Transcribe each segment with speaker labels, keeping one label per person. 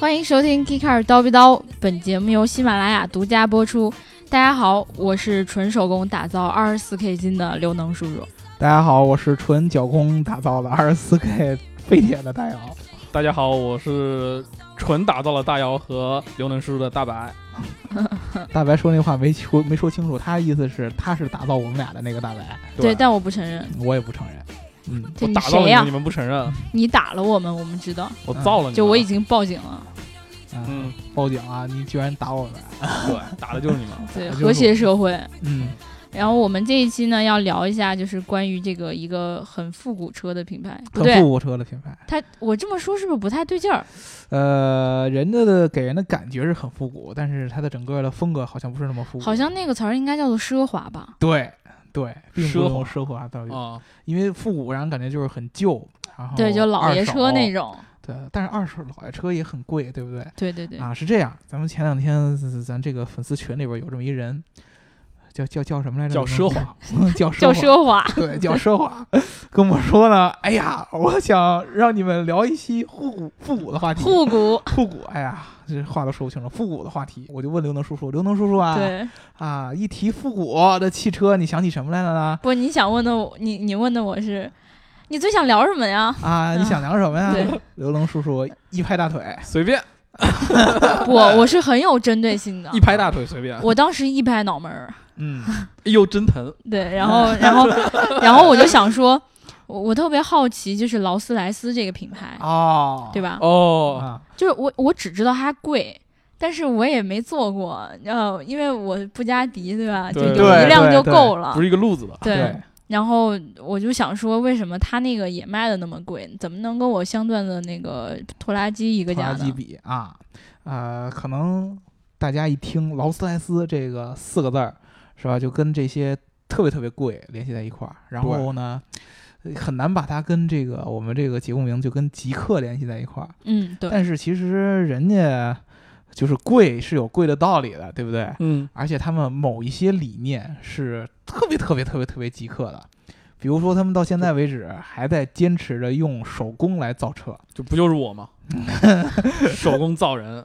Speaker 1: 欢迎收听《Kikar 刀逼刀》，本节目由喜马拉雅独家播出。大家好，我是纯手工打造二十四 K 金的刘能叔叔。
Speaker 2: 大家好，我是纯脚工打造的二十四 K 废铁的大姚。
Speaker 3: 大家好，我是纯打造了大姚和刘能叔叔的大白。
Speaker 2: 大白说那话没说没说清楚，他的意思是他是打造我们俩的那个大白，
Speaker 1: 对，但我不承认，
Speaker 2: 我也不承认。嗯，
Speaker 1: 这
Speaker 3: 我
Speaker 1: 你
Speaker 3: 打造了
Speaker 1: 谁
Speaker 3: 你
Speaker 1: 呀、
Speaker 3: 们，你们不承认，
Speaker 1: 你打了我们，我们知道。
Speaker 3: 我造了你们。
Speaker 1: 就我已经报警了，
Speaker 2: 啊
Speaker 3: 嗯，
Speaker 2: 报警啊！你居然打我们！
Speaker 3: 对，打的就是你们。
Speaker 1: 对，
Speaker 2: 就是
Speaker 1: 和谐社会。
Speaker 2: 嗯，
Speaker 1: 然后我们这一期呢，要聊一下，就是关于这个一个很复古车的品牌，不
Speaker 2: 很
Speaker 1: 对，
Speaker 2: 复古车的品牌，
Speaker 1: 它我这么说是不是不太对劲儿？
Speaker 2: 呃，人家的给人的感觉是很复古，但是它的整个的风格好像不是那么复古。
Speaker 1: 好像那个词儿应该叫做奢华吧？
Speaker 2: 对对，并不
Speaker 3: 奢
Speaker 2: 用
Speaker 3: 华
Speaker 2: 奢华到底，
Speaker 3: 啊，
Speaker 2: 因为复古让人感觉就是很旧，然后
Speaker 1: 对，就老爷车那
Speaker 2: 种。
Speaker 1: 种。
Speaker 2: 对，但是二手老爷车也很贵，对不对？
Speaker 1: 对对对，
Speaker 2: 啊，是这样，咱们前两天呃咱这个粉丝群里边有这么一人，叫叫叫什么来着？
Speaker 3: 叫奢
Speaker 2: 华， 叫
Speaker 1: 叫
Speaker 2: 奢华，
Speaker 1: 奢华。
Speaker 2: 对，叫奢华。跟我说呢，哎呀，我想让你们聊一期复古复古的话题，
Speaker 1: 复古，
Speaker 2: 复古，哎呀，这话都说不清了，复古的话题，我就问刘能叔叔，刘能叔叔啊，
Speaker 1: 对，
Speaker 2: 啊，一提复古的汽车，你想起什么来了呢？
Speaker 1: 不，你想问的我，你你问的我是，你最想聊什么呀？
Speaker 2: 啊，你想聊什么呀？
Speaker 1: 对，
Speaker 2: 刘能叔叔一拍大腿，
Speaker 3: 随便
Speaker 1: 不，我是很有针对性的
Speaker 3: 一。拍大腿，随便。哎
Speaker 1: 啊
Speaker 3: 哎
Speaker 1: 我当时一拍脑门儿，
Speaker 2: 嗯，
Speaker 1: 哎
Speaker 3: 呦，真疼！
Speaker 1: 对，然后然后然后我就想说，我我特别好奇，就是劳斯莱斯这个品牌，
Speaker 2: 哦，
Speaker 1: 对吧？
Speaker 3: 哦，
Speaker 2: 啊，
Speaker 1: 就是我我只知道它贵。但是我也没做过，然后因为我布加迪对吧，
Speaker 3: 对
Speaker 1: 就有一
Speaker 3: 对
Speaker 1: 辆
Speaker 2: 对
Speaker 1: 就
Speaker 2: 对
Speaker 1: 够了
Speaker 3: 不。是一个路子的。
Speaker 1: 对然后我就想说，为什么它那个也卖的那么贵？怎么能跟我相对的那个拖拉机一个
Speaker 2: 拖
Speaker 1: 价
Speaker 2: 拉机
Speaker 1: 呢？
Speaker 2: 比啊，呃，可能大家一听劳斯莱斯这个四个字儿，是吧，就跟这些特别特别贵联系在一块儿，然后呢，呃很难把它跟这个我们这个节目名就跟极客联系在一块儿，
Speaker 1: 嗯，对。
Speaker 2: 但是其实人家就是贵是有贵的道理的，对不对？
Speaker 3: 嗯，
Speaker 2: 而且他们某一些理念是特别特别特别特别极客的，比如说他们到现在为止还在坚持着用手工来造车，
Speaker 3: 就不就是 我吗？手工造人，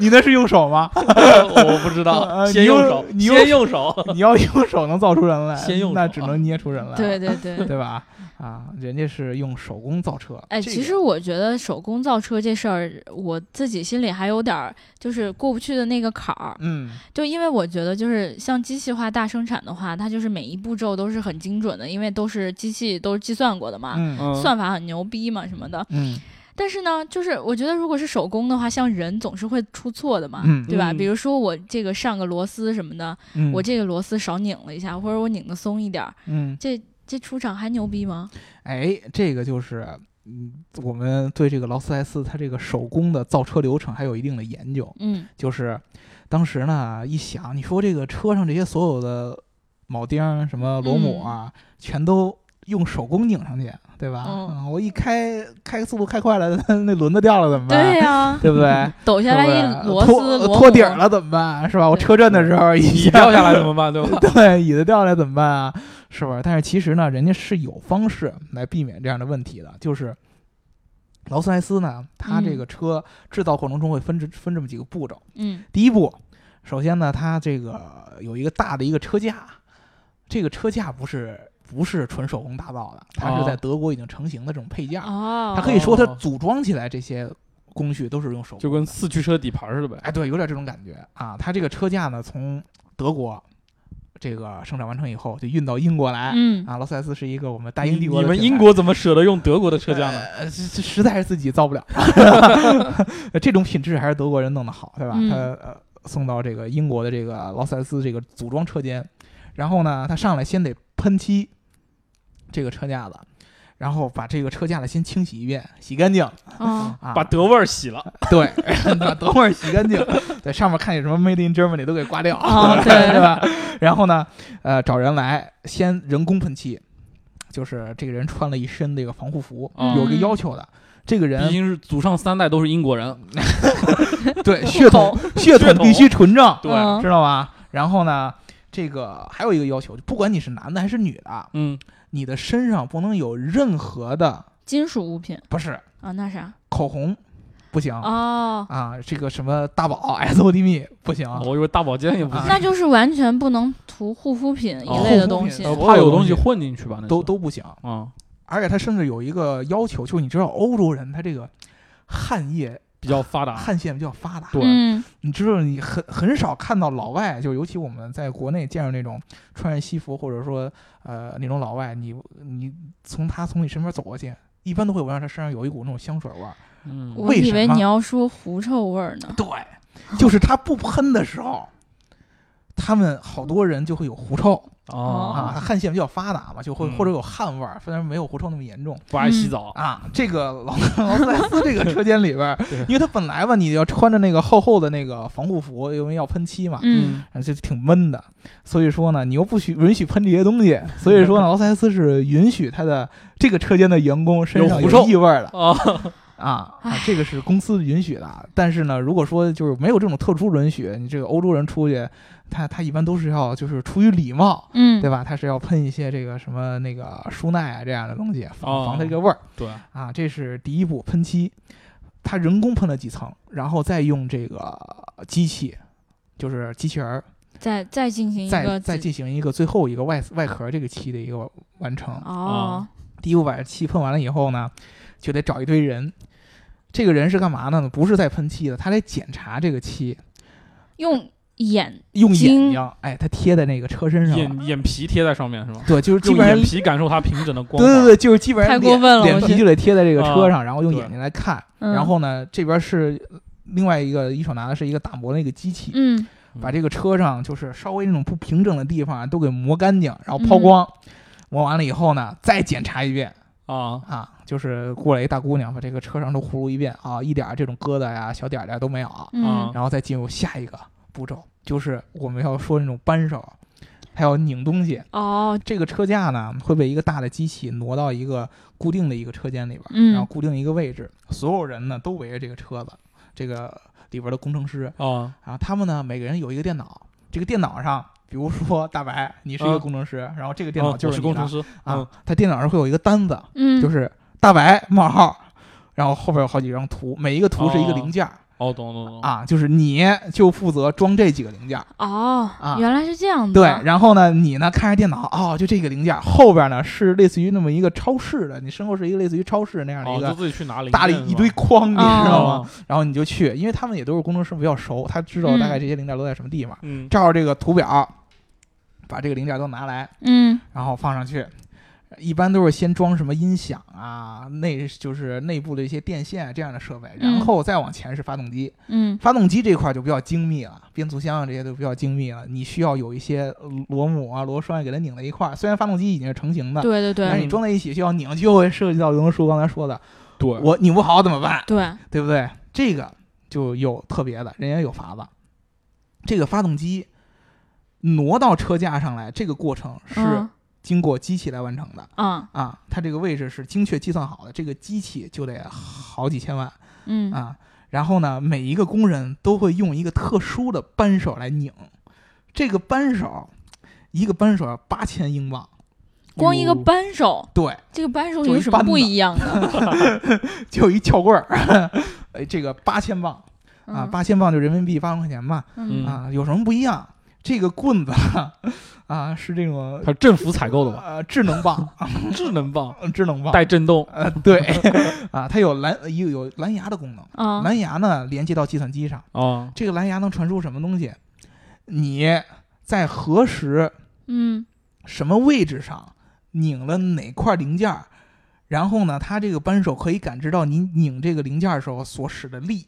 Speaker 2: 你那是用手吗？
Speaker 3: 我不知道。
Speaker 1: 啊
Speaker 2: 呃
Speaker 3: 先
Speaker 2: 你
Speaker 3: 用
Speaker 2: 用
Speaker 3: 手，
Speaker 2: 你用
Speaker 3: 先用 手。
Speaker 2: 你要用手能造出人来，
Speaker 3: 先用手
Speaker 2: 那只能捏出人来，
Speaker 1: 对对 对。
Speaker 2: 对吧？啊，人家是用手工造车，
Speaker 1: 哎，
Speaker 2: 这
Speaker 1: 其
Speaker 2: 个
Speaker 1: 实我觉得手工造车这事儿，我自己心里还有点儿就是过不去的那个坎儿，
Speaker 2: 嗯，
Speaker 1: 就因为我觉得就是像机器化大生产的话，它就是每一步骤都是很精准的，因为都是机器都是计算过的嘛，
Speaker 2: 嗯
Speaker 3: 嗯
Speaker 1: 算法很牛逼嘛什么的。
Speaker 2: 嗯
Speaker 1: 但是呢，就是我觉得如果是手工的话，像人总是会出错的嘛，
Speaker 2: 嗯
Speaker 1: 对吧？
Speaker 3: 嗯
Speaker 1: 比如说我这个上个螺丝什么的，
Speaker 2: 嗯，
Speaker 1: 我这个螺丝少拧了一下，或者我拧的松一点儿，
Speaker 2: 嗯，
Speaker 1: 这这出厂还牛逼吗？
Speaker 2: 哎，这个就是。嗯，我们对这个劳斯莱斯它这个手工的造车流程还有一定的研究。
Speaker 1: 嗯
Speaker 2: 就是当时呢一想，你说这个车上这些所有的铆钉儿、什么螺母啊，全都用手工拧上去，对吧？
Speaker 1: 嗯
Speaker 2: 我一开开速度开快了， 那轮子掉了怎么办？
Speaker 1: 对呀、
Speaker 2: 对不对？
Speaker 1: 抖下来
Speaker 2: 是
Speaker 1: 一
Speaker 2: 不是
Speaker 1: 螺丝螺
Speaker 2: 脱脱
Speaker 1: 母
Speaker 2: 底儿，了怎么办？啊是吧？我
Speaker 1: 对
Speaker 2: 车震的时候，
Speaker 3: 你
Speaker 2: 一
Speaker 3: 掉下 来怎么办？对吧？
Speaker 2: 对椅子掉下来怎么办啊？是吧？但是其实呢，人家是有方式来避免这样的问题的，就是劳斯莱斯呢，它这
Speaker 1: 嗯
Speaker 2: 个车制造过程中会分这分这么几个步骤。
Speaker 1: 嗯
Speaker 2: 第一步，首先呢，它这个有一个大的一个车架，这个车架不是不是纯手工打造的，它
Speaker 3: 哦
Speaker 2: 是在德国已经成型的这种配件儿，
Speaker 1: 哦，
Speaker 2: 它可以说它
Speaker 3: 哦
Speaker 2: 组装起来这些工序都是用手工
Speaker 3: 就跟四驱车底盘似的呗。
Speaker 2: 哎，对，有点这种感觉啊。它这个车架呢，从德国这个生产完成以后，就运到英国来、
Speaker 1: 嗯
Speaker 2: 啊。劳斯莱斯是一个我们大
Speaker 3: 你
Speaker 2: 英帝国
Speaker 3: 你
Speaker 2: 的
Speaker 3: 们
Speaker 2: 品牌
Speaker 3: 英国怎么舍得用德国的车架
Speaker 1: 哎
Speaker 3: 呢？
Speaker 2: 呃，这这实在是自己造不了， 这种品质还是德国人弄得好，对吧？
Speaker 1: 嗯
Speaker 2: 他呃送到这个英国的这个劳斯莱斯这个组装车间，然后呢，他上来先得喷漆这个车架子，然后把这个车架子先清洗一遍，洗干净
Speaker 1: 哦
Speaker 2: 啊，
Speaker 3: 把德味儿洗了，
Speaker 2: 对，把德味儿洗干净，对，上面看见什么 Made in Germany 都给刮掉，
Speaker 1: 哦对
Speaker 2: 对吧？然后呢，呃，找人来先人工喷漆，就是这个人穿了一身这个防护服，
Speaker 3: 嗯
Speaker 2: 有一个要求的。这个
Speaker 3: 毕
Speaker 2: 人
Speaker 3: 竟是祖上三代都是英国人。
Speaker 2: 对血统血
Speaker 3: 统
Speaker 2: 统必须纯正，
Speaker 3: 对
Speaker 1: 哦嗯
Speaker 2: 知道吗？然后呢，这个还有一个要求，就不管你是男的还是女的，
Speaker 3: 嗯，
Speaker 2: 你的身上不能有任何的
Speaker 1: 金属物品
Speaker 2: 不是
Speaker 1: 啊，那啥，
Speaker 2: 口红、不行
Speaker 1: 哦，
Speaker 2: 啊，这个什么大宝 SODM 不行，
Speaker 3: 哦我以为大保健也不
Speaker 2: 啊
Speaker 3: 行，
Speaker 1: 那就是完全不能涂护肤品一
Speaker 3: 哦
Speaker 1: 类的东西
Speaker 2: 护肤。品
Speaker 3: 怕有东西混进去吧？那
Speaker 2: 都都不行。
Speaker 3: 啊，
Speaker 2: 而且它甚至有一个要求，就你知道欧洲人他这个汗液
Speaker 3: 比较发达。
Speaker 2: 汗腺比较发达，
Speaker 3: 啊对
Speaker 1: 嗯，
Speaker 2: 你知道你很很少看到老外，就尤其我们在国内见着那种穿着西服或者说呃那种老外，你你从他从你身边走过去，一般都会闻到他身上有一股那种香水味儿。
Speaker 3: 嗯，
Speaker 1: 我
Speaker 2: 为
Speaker 1: 以
Speaker 2: 什
Speaker 1: 为
Speaker 2: 么
Speaker 1: 你要说狐臭味儿呢。
Speaker 2: 对，就是他不喷的时候，他们好多人就会有狐臭啊，
Speaker 1: 哦
Speaker 2: 他汗腺比较发达嘛，就会
Speaker 3: 嗯
Speaker 2: 或者有汗味儿，虽然没有狐臭那么严重。
Speaker 3: 不爱洗澡，
Speaker 2: 啊，这个劳劳斯莱斯这个车间里边儿
Speaker 3: 对，
Speaker 2: 因为它本来吧，你要穿着那个厚厚的那个防护服，因为要喷漆嘛，
Speaker 1: 嗯，
Speaker 2: 啊就挺闷的。所以说呢，你又不许允许喷这些东西，所以说呢，劳斯莱斯是允许他的这个车间的员工身上
Speaker 3: 有狐臭
Speaker 2: 异味儿的
Speaker 3: 啊，
Speaker 2: 啊啊
Speaker 1: 唉，
Speaker 2: 这个是公司允许的。但是呢，如果说就是没有这种特殊允许，你这个欧洲人出去，他他一般都是要就是出于礼貌。
Speaker 1: 嗯
Speaker 2: 对，吧？他是要喷一些这个什么那个舒耐啊这样的东西，防
Speaker 3: 哦
Speaker 2: 防它这个味儿。
Speaker 3: 对，
Speaker 2: 啊，这是第一步喷漆，它人工喷了几层，然后再用这个机器，就是机器人儿，
Speaker 1: 再再进行一
Speaker 2: 再
Speaker 1: 个
Speaker 2: 再
Speaker 1: 仔
Speaker 2: 进行一个最后一个外外壳这个漆的一个完成。
Speaker 1: 哦，
Speaker 2: 第一步把漆喷完了以后呢，就得找一堆人，这个人是干嘛呢？不是在喷漆的，他来检查这个漆，
Speaker 1: 用眼
Speaker 2: 用眼
Speaker 1: 睛
Speaker 2: 睛，哎，他贴在那个车身上了，
Speaker 3: 眼眼皮贴在上面是吗？
Speaker 2: 对，就是基
Speaker 3: 用
Speaker 2: 本上
Speaker 3: 眼皮感受它平整的光
Speaker 2: 对对
Speaker 3: 滑。
Speaker 2: 对，就是基本上
Speaker 1: 太
Speaker 2: 脸
Speaker 1: 过分了
Speaker 2: 脸
Speaker 1: 我
Speaker 2: 皮
Speaker 1: 觉
Speaker 2: 就得贴在这个车
Speaker 3: 啊
Speaker 2: 上，然后用
Speaker 3: 对
Speaker 2: 眼睛来看。
Speaker 1: 嗯
Speaker 2: 然后呢，这边是另外一个一手拿的是一个打磨的一个机器，
Speaker 1: 嗯
Speaker 2: 把这个车上就是稍微那种不平整的地方啊都给磨干净，然后
Speaker 1: 嗯
Speaker 2: 抛光。磨完了以后呢，再检查一遍
Speaker 3: 啊，
Speaker 2: 啊，就是过来一大姑娘，把这个车上都葫芦一遍啊，一点儿这种疙瘩呀、小点儿点儿都没有，
Speaker 1: 嗯
Speaker 3: 啊
Speaker 2: 然后再进入下一个步骤，就是我们要说那种扳手，还有拧东西。
Speaker 1: 哦
Speaker 2: 这个车架呢会被一个大的机器挪到一个固定的一个车间里边儿，
Speaker 1: 嗯
Speaker 2: 然后固定一个位置，所有人呢都围着这个车子，这个里边的工程师，
Speaker 3: 啊，
Speaker 2: 然后他们呢每个人有一个电脑，这个电脑上，比如说大白，你是一
Speaker 3: 啊
Speaker 2: 个工程师，然后这个电脑
Speaker 3: 啊
Speaker 2: 就
Speaker 3: 我
Speaker 2: 是
Speaker 3: 是
Speaker 2: 你
Speaker 3: 工
Speaker 2: 的
Speaker 3: 程师嗯
Speaker 2: 啊，，他电脑上会有一个单子，
Speaker 1: 嗯，
Speaker 2: 就是大白冒号，然后后边有好几张图，每一个图是一个零件儿、
Speaker 3: 哦，懂懂懂，
Speaker 2: 啊，就是你就负责装这几个零件儿。
Speaker 1: 哦
Speaker 2: 啊，
Speaker 1: 原来是这
Speaker 3: 嗯
Speaker 1: 样的。
Speaker 2: 对，然后呢，你呢看着电脑，哦，就这个零件，后边呢是类似于那么一个超市的，你身后是一个类似于超市那样的一
Speaker 3: 哦，就
Speaker 2: 个
Speaker 3: 自己去拿零
Speaker 2: 大的
Speaker 3: 件
Speaker 2: 一
Speaker 3: 是吧
Speaker 2: 堆框，你知
Speaker 1: 哦
Speaker 2: 道吗？
Speaker 3: 啊，
Speaker 2: 然后你就去，因为他们也都是工程师比较熟，他知道大概这些零件都在什么地方，
Speaker 3: 嗯，
Speaker 2: 照着这个图表，把这个零件都拿来，
Speaker 1: 嗯
Speaker 2: 然后放上去。一般都是先装什么音响啊，内就是内部的一些电线啊这样的设备，然
Speaker 1: 嗯
Speaker 2: 后再往前是发动机。
Speaker 1: 嗯
Speaker 2: 发动机这块就比较精密了，变速箱啊这些都比较精密了，你需要有一些螺母啊、螺栓给它拧在一块儿。虽然发动机已经是成型的，
Speaker 1: 对对
Speaker 2: 但是
Speaker 1: 对
Speaker 2: 你装在一起需要拧，就会涉及到刘能叔刚才说的，
Speaker 3: 对，
Speaker 2: 我拧不好怎么办，
Speaker 1: 对，
Speaker 2: 对不对？这个就有特别的，人家有法子。这个发动机挪到车架上来，这个过程是
Speaker 1: 嗯
Speaker 2: 经过机器来完成的、
Speaker 1: 啊
Speaker 2: 啊，它这个位置是精确计算好的，这个机器就得好几千万。
Speaker 1: 嗯
Speaker 2: 啊，然后呢，每一个工人都会用一个特殊的扳手来拧，这个扳手，一个扳手要八千英镑，
Speaker 1: 光一个扳手，
Speaker 2: 对，
Speaker 1: 这个扳手
Speaker 2: 就
Speaker 1: 有
Speaker 2: 一
Speaker 1: 什么
Speaker 2: 扳
Speaker 1: 不
Speaker 2: 子
Speaker 1: 一样的？
Speaker 2: 就一撬棍儿， 哎，这个八千磅啊，
Speaker 1: 嗯
Speaker 2: 八千磅就人民币八万块钱吧，
Speaker 1: 嗯
Speaker 3: 嗯
Speaker 2: 啊，有什么不一样？这个棍子啊是这种
Speaker 3: 它是政府采购的 吧？
Speaker 2: 呃智能棒，啊
Speaker 3: 智能棒
Speaker 2: 智能棒，
Speaker 3: 带震动，
Speaker 2: 呃对 啊，它有蓝有有蓝牙的功能，
Speaker 1: 啊
Speaker 2: 蓝牙呢连接到计算机上。
Speaker 3: 啊，
Speaker 2: 这个蓝牙能传输什么东西？你在何时、
Speaker 1: 嗯
Speaker 2: 什么位置上拧了哪块零件儿？然后呢，它这个扳手可以感知到你拧这个零件儿的时候所使的力，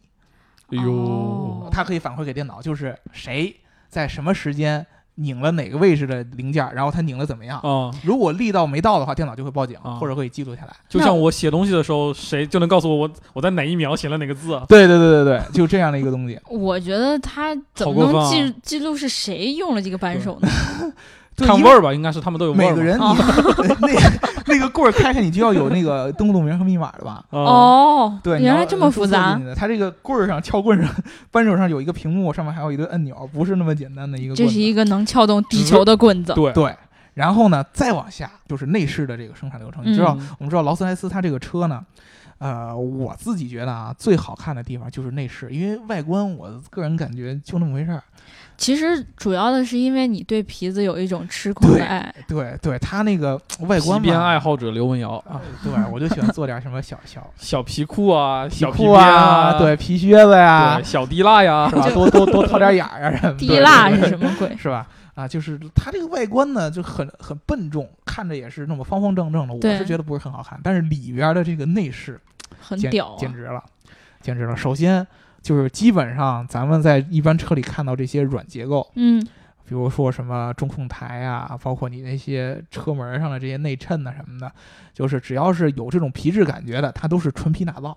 Speaker 3: 哎
Speaker 1: 哦
Speaker 3: 呦，
Speaker 2: 它可以反馈给电脑，就是谁在什么时间拧了哪个位置的零件儿，然后它拧了怎么样。
Speaker 3: 啊，
Speaker 2: 如果力道没到的话，电脑就会报警，
Speaker 3: 啊
Speaker 2: 或者会记录下来。
Speaker 3: 就
Speaker 1: 那
Speaker 3: 像我写东西的时候，谁就能告诉我我我在哪一秒写了哪个字啊？
Speaker 2: 对对对对对，就这样的一个东西。
Speaker 1: 我觉得他怎
Speaker 3: 好
Speaker 1: 么
Speaker 3: 过分
Speaker 1: 能
Speaker 3: 啊
Speaker 1: 记记录是谁用了这个扳手呢？
Speaker 2: 对
Speaker 3: 看
Speaker 2: 因
Speaker 3: 味
Speaker 2: 为
Speaker 3: 儿吧，应该是他们都有味
Speaker 2: 每
Speaker 3: 儿
Speaker 2: 个
Speaker 3: 嘛。
Speaker 2: 人你、
Speaker 1: 啊
Speaker 2: 那那个棍儿开开，你就要有那个登录名和密码的吧？
Speaker 3: 哦，
Speaker 1: 哦，
Speaker 2: 对，呃
Speaker 1: 原来这么复杂。
Speaker 2: 它这个棍儿上撬棍上，扳手上有一个屏幕，上面还有一堆按钮，不是那么简单的一个
Speaker 1: 这
Speaker 2: 棍
Speaker 1: 是
Speaker 2: 子。
Speaker 1: 一个能撬动地
Speaker 3: 只
Speaker 1: 球的棍子。
Speaker 3: 对，
Speaker 2: 对，然后呢，再往下就是内饰的这个生产流
Speaker 1: 嗯
Speaker 2: 程。你知道，我们知道劳斯莱斯它这个车呢，呃，我自己觉得啊，最好看的地方就是内饰，因为外观我个人感觉就那么回事儿。
Speaker 1: 其实主要的是因为你对皮子有一种痴狂的爱，
Speaker 2: 对对，它那个外观
Speaker 3: 皮鞭
Speaker 2: 吧
Speaker 3: 爱好者刘文瑶，
Speaker 2: 啊，对我就喜欢做点什么小小
Speaker 3: 小皮裤啊，小皮
Speaker 2: 裤
Speaker 3: 鞭
Speaker 2: 啊，对皮靴子呀
Speaker 3: 对，，小滴蜡呀
Speaker 2: 是，吧？多多多掏点眼儿啊什么的，
Speaker 1: 滴
Speaker 2: 对
Speaker 1: 蜡
Speaker 2: 对
Speaker 1: 是
Speaker 2: 对
Speaker 1: 什么 鬼？
Speaker 2: 是吧？啊，就是它这个外观呢，就很很笨重，看着也是那么方方正正的，
Speaker 1: 对
Speaker 2: 我是觉得不是很好看。但是里边的这个内饰
Speaker 1: 很
Speaker 2: 简
Speaker 1: 屌啊！
Speaker 2: 简直了，简直了。首先就是基本上咱们在一般车里看到这些软结构，
Speaker 1: 嗯，
Speaker 2: 比如说什么中控台啊，包括你那些车门上的这些内衬呐、什么的，就是只要是有这种皮质感觉的，它都是纯皮打造。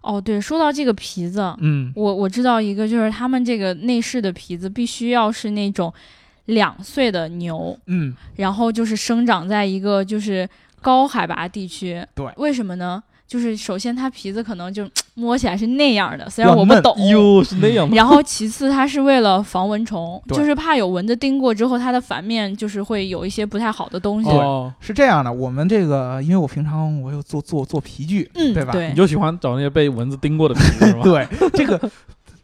Speaker 1: 哦，对，说到这个皮子，
Speaker 2: 嗯，
Speaker 1: 我我知道一个，就是他们这个内饰的皮子必须要是那种两岁的牛，
Speaker 2: 嗯，
Speaker 1: 然后就是生长在一个就是高海拔地区。
Speaker 2: 对
Speaker 1: 为什么呢？就是首先它皮子可能就摸起来是那样的，虽然我
Speaker 2: 要
Speaker 1: 不
Speaker 2: 嫩
Speaker 1: 懂。
Speaker 3: 哟是那样的，
Speaker 1: 然后其次，它是为了防蚊虫，
Speaker 2: 对
Speaker 1: 就是怕有蚊子叮过之后，它的反面就是会有一些不太好的东西。
Speaker 3: 哦，
Speaker 2: 是这样的。我们这个，因为我平常我有做做做皮具，
Speaker 1: 嗯，
Speaker 2: 对吧？
Speaker 3: 你就喜欢找那些被蚊子叮过的皮子是吧？
Speaker 2: 对，这个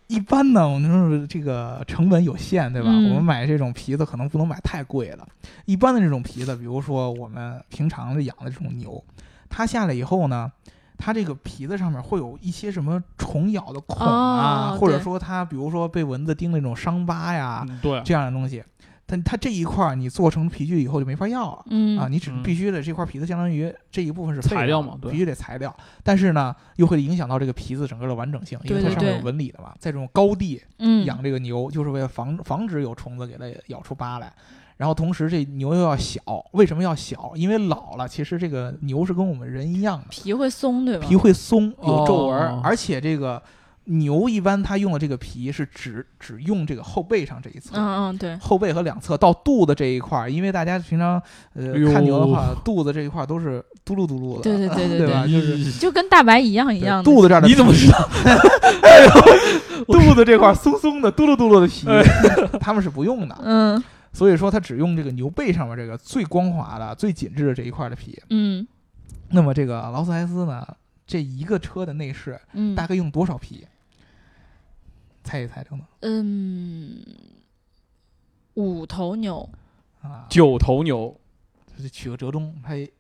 Speaker 2: 一般呢，我们说这个成本有限，对吧？
Speaker 1: 嗯
Speaker 2: 我们买这种皮子可能不能买太贵的。一般的这种皮子，比如说我们平常养的这种牛，它下来以后呢。它这个皮子上面会有一些什么虫咬的孔啊，
Speaker 1: 哦
Speaker 2: 或者
Speaker 1: 对
Speaker 2: 说它比如说被蚊子叮那种伤疤呀、
Speaker 3: 嗯对，
Speaker 2: 这样的东西，但它这一块儿你做成皮具以后就没法要了。
Speaker 1: 嗯
Speaker 2: 啊，你只
Speaker 3: 嗯
Speaker 2: 必须得这块皮子相当于这一部分是
Speaker 3: 材
Speaker 2: 废
Speaker 3: 料
Speaker 2: 的
Speaker 3: 嘛对
Speaker 2: 必须得材料，但是呢又会影响到这个皮子整个的完整性，因为
Speaker 1: 对对
Speaker 2: 它上面
Speaker 1: 对
Speaker 2: 有纹理的嘛。在这种高地
Speaker 1: 嗯
Speaker 2: 养这个牛，就是为了防防止有虫子给它咬出疤来。然后同时这牛又要小，为什么要小？因为老了，其实这个牛是跟我们人一样的，
Speaker 1: 皮会松，对吧？
Speaker 2: 皮会松，有皱纹，
Speaker 3: 哦
Speaker 2: 而且这个牛一般它用的这个皮是只只用这个后背上这一侧。
Speaker 1: 嗯嗯，对，
Speaker 2: 后背和两侧到肚子这一块儿，因为大家平常呃
Speaker 3: 哎呦
Speaker 2: 看牛的话，肚子这一块儿都是嘟噜嘟噜的，
Speaker 1: 对对对对
Speaker 2: 对吧？就是
Speaker 3: 咦
Speaker 1: 就跟大白一样一样的。
Speaker 2: 肚子这儿的皮，
Speaker 3: 你怎么知道？
Speaker 2: 肚子这块儿松松的、嘟噜嘟噜的皮
Speaker 3: 哎，
Speaker 2: 他们是不用的。
Speaker 1: 嗯
Speaker 2: 所以说，它只用这个牛背上面这个最光滑的、最紧致的这一块儿的皮。
Speaker 1: 嗯
Speaker 2: 那么这个劳斯莱斯呢，这一个车的内饰
Speaker 1: 嗯，
Speaker 2: 大概用多少皮？猜一猜，等等
Speaker 1: 嗯，五头牛，
Speaker 2: 啊，
Speaker 3: 九头牛、
Speaker 2: 就取个折中，它一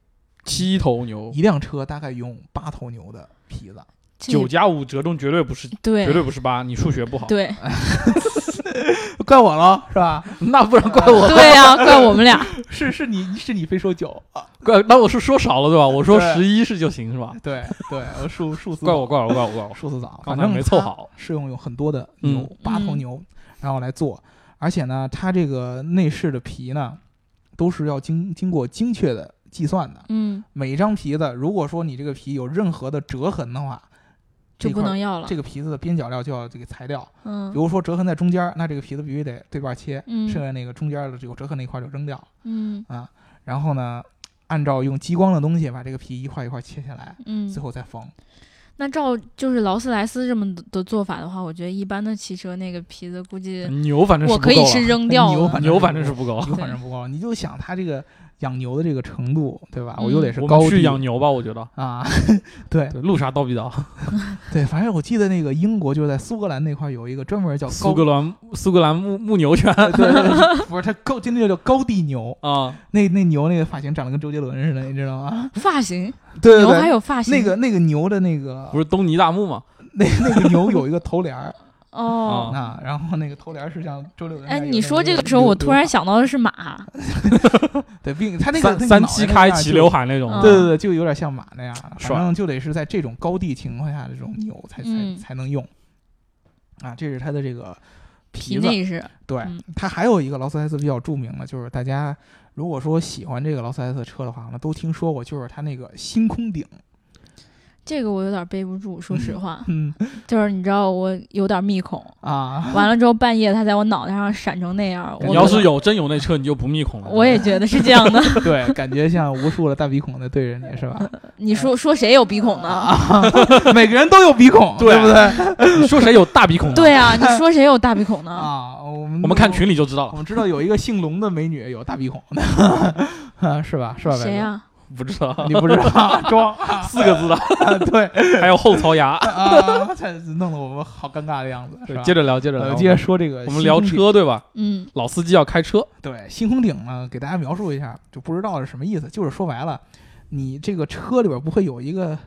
Speaker 3: 七头牛，
Speaker 2: 辆车大概用八头牛的皮子。
Speaker 1: 这
Speaker 3: 九加五折中绝对不是，
Speaker 1: 对
Speaker 3: 绝对不是八，你数学不好。
Speaker 1: 对
Speaker 2: 怪我了是吧？那不然怪 我
Speaker 1: 对呀、怪我们俩。
Speaker 2: 是是你是你非说九，
Speaker 3: 怪，那我是说少了对吧？我说
Speaker 2: 对
Speaker 3: 十一是就行是吧？
Speaker 2: 对对，我数数字
Speaker 3: 怪我，怪我，怪我，怪我，
Speaker 2: 数字早，反
Speaker 3: 刚才
Speaker 2: 正
Speaker 3: 没凑好。
Speaker 2: 是用有很多的牛
Speaker 3: 嗯，
Speaker 2: 八头牛，然后来做，而且呢，它这个内饰的皮呢，都是要经经过精确的计算的。
Speaker 1: 嗯，
Speaker 2: 每一张皮子，如果说你这个皮有任何的折痕的话，
Speaker 1: 就
Speaker 2: 这
Speaker 1: 不
Speaker 2: 块
Speaker 1: 能要了。
Speaker 2: 这个皮子的边角料就要这个裁掉。比
Speaker 1: 嗯
Speaker 2: 如说折痕在中间儿，那这个皮子必须得对半切，
Speaker 1: 嗯
Speaker 2: 剩下那个中间儿的有折痕那块儿就扔掉。
Speaker 1: 嗯
Speaker 2: 啊然后呢，按照用激光的东西把这个皮一块一块切下来，最
Speaker 1: 嗯，
Speaker 2: 后再缝。
Speaker 1: 那照就是劳斯莱斯这么的的做法的话，我觉得一般的汽车那个皮子估计
Speaker 2: 嗯
Speaker 3: 牛反正是
Speaker 1: 我
Speaker 3: 不
Speaker 1: 可以
Speaker 3: 够
Speaker 1: 是
Speaker 3: 了
Speaker 1: 扔掉
Speaker 2: 啊
Speaker 1: 啊
Speaker 2: 牛
Speaker 1: 了。
Speaker 2: 反
Speaker 3: 牛反正是不够。
Speaker 2: 牛反正不高，你就想它这个养牛的这个程度，对吧？我
Speaker 1: 嗯
Speaker 2: 又得是
Speaker 3: 我
Speaker 2: 高
Speaker 3: 们去
Speaker 2: 地
Speaker 3: 养牛吧，我觉得。
Speaker 2: 啊， 对
Speaker 3: 对，路啥叨逼叨。
Speaker 2: 对，反正我记得那个英国就是在苏格兰那块儿有一个专门叫高
Speaker 3: 苏格兰苏格兰牧牧牛 犬
Speaker 2: 对对对，不是它高，真的叫高地牛，
Speaker 3: 啊，
Speaker 2: 那那牛那个发型长得跟周杰伦似的，你知道吗？
Speaker 1: 发型，
Speaker 2: 对对
Speaker 1: 牛还
Speaker 2: 对，
Speaker 1: 有发型。
Speaker 2: 那个那个牛的那个
Speaker 3: 不是东尼大木嘛？
Speaker 2: 那那个牛有一个头帘 儿
Speaker 1: 哦。
Speaker 2: 啊，然后那个头帘儿是像周杰伦那
Speaker 1: 哎，
Speaker 2: 样有那个。啊
Speaker 1: 你说这个时候，我突然
Speaker 2: 想。
Speaker 1: 想到的是 马，
Speaker 2: 对，并他那个
Speaker 3: 三三七开齐刘，海那种
Speaker 1: 嗯
Speaker 2: 那个脑袋那样就对对对，就有点像马那样了，
Speaker 3: 帅
Speaker 2: 反正就得是在这种高地情况下的这种牛才才
Speaker 1: 嗯
Speaker 2: 才能用啊，这是它的这个
Speaker 1: 皮
Speaker 2: 皮子。
Speaker 1: 内饰。
Speaker 2: 对
Speaker 1: 嗯，
Speaker 2: 它还有一个劳斯莱斯比较著名的，就是大家如果说喜欢这个劳斯莱斯车的话，那都听说过，就是它那个星空顶。
Speaker 1: 这个我有点背不住，说实话，
Speaker 2: 嗯
Speaker 1: 就是你知道我有点密恐，
Speaker 2: 啊，
Speaker 1: 完了之后半夜它在我脑袋上闪成那样，我
Speaker 3: 你要是有真有那车，你就不密孔了。
Speaker 1: 我也觉得是这样的。
Speaker 2: 对，感觉像无数的大鼻孔在对着你，是吧？
Speaker 1: 你说说谁有鼻孔呢？
Speaker 2: 啊每个人都有鼻孔，
Speaker 3: 对
Speaker 2: 不对？
Speaker 3: 你说谁有大鼻 孔？，
Speaker 1: 对啊，你说谁有大鼻孔呢？
Speaker 2: 啊，我们
Speaker 3: 我们看群里就知道
Speaker 2: 我
Speaker 3: 了。
Speaker 2: 们知道有一个姓龙的美女有大鼻孔的， 啊是吧？是吧？
Speaker 1: 谁
Speaker 2: 呀？
Speaker 1: 呀？
Speaker 3: 不知道，
Speaker 2: 你不知道装啊
Speaker 3: 四个字 的，
Speaker 2: 对
Speaker 3: 还有后槽牙。
Speaker 2: 啊， 这弄得我们好尴尬的样子，是吧？
Speaker 3: 接着聊，接着
Speaker 2: 呃
Speaker 3: 聊，
Speaker 2: 接着说这个，
Speaker 3: 我们聊，车对吧？
Speaker 1: 嗯，
Speaker 3: 老司机要开车，
Speaker 2: 对，星空顶呢，给大家描述一下，就不知道是什么意思，就是说白了，你这个车里边不会有一个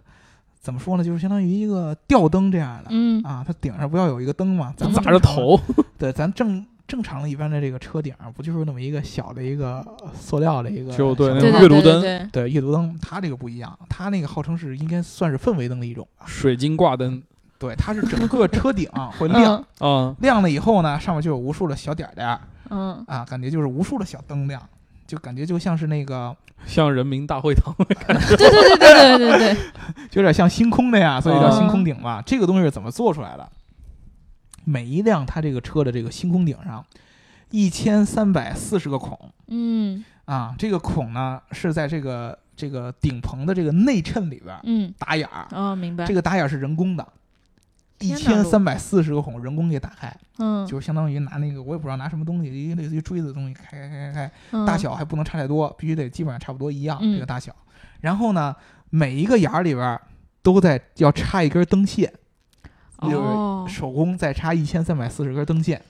Speaker 2: 怎么说呢，就是相当于一个吊灯这样的、
Speaker 1: 嗯
Speaker 2: 啊，它顶上不要有一个灯嘛，咱
Speaker 1: 嗯
Speaker 3: 砸
Speaker 2: 正
Speaker 3: 着
Speaker 2: 常
Speaker 3: 头，
Speaker 2: 对，咱正正常的一般的这个车顶儿，不就是那么一个小的一个呃塑料的一个
Speaker 3: 就对
Speaker 2: 小
Speaker 3: 那
Speaker 1: 对对对
Speaker 2: 灯吗
Speaker 3: 种阅读
Speaker 1: 对
Speaker 3: 灯
Speaker 1: 对，
Speaker 2: 对阅读灯，它这个不一样，它那个号称是应该算是氛围灯的一种吧。
Speaker 3: 水晶挂灯
Speaker 2: 对，它是整个车顶儿会亮，
Speaker 1: 嗯
Speaker 3: 啊，
Speaker 2: 亮了以后呢，上面就有无数的小点儿点儿
Speaker 1: 嗯，
Speaker 2: 啊，感觉就是无数的小灯亮，就感觉就像是那个，
Speaker 3: 像人民大会堂。
Speaker 1: 对对对对对对对，
Speaker 2: 就有点像星空的呀，所以叫
Speaker 3: 啊
Speaker 2: 星空顶嘛。这个东西是怎么做出来的？每一辆它这个车的这个星空顶上，一千三百四十个孔，
Speaker 1: 嗯
Speaker 2: 啊，这个孔呢是在这个这个顶棚的这个内衬里边儿
Speaker 1: 嗯，
Speaker 2: 打眼儿，
Speaker 1: 哦，明白
Speaker 2: 这，个打眼儿是人工的，一
Speaker 1: 天哪
Speaker 2: 千三百四十个孔人工给打开，
Speaker 1: 嗯，
Speaker 2: 就是相当于拿那个我也不知道拿什么东西，一个类似于锥子的东西开开开开开，
Speaker 1: 嗯
Speaker 2: 大，小还不能差太多，必须得基本上差不多一样、
Speaker 1: 嗯
Speaker 2: 这个大小。然后呢，每一个眼儿里边儿都在要插一根灯线，就是
Speaker 1: 哦，
Speaker 2: 手工再插一千三百四十根灯线，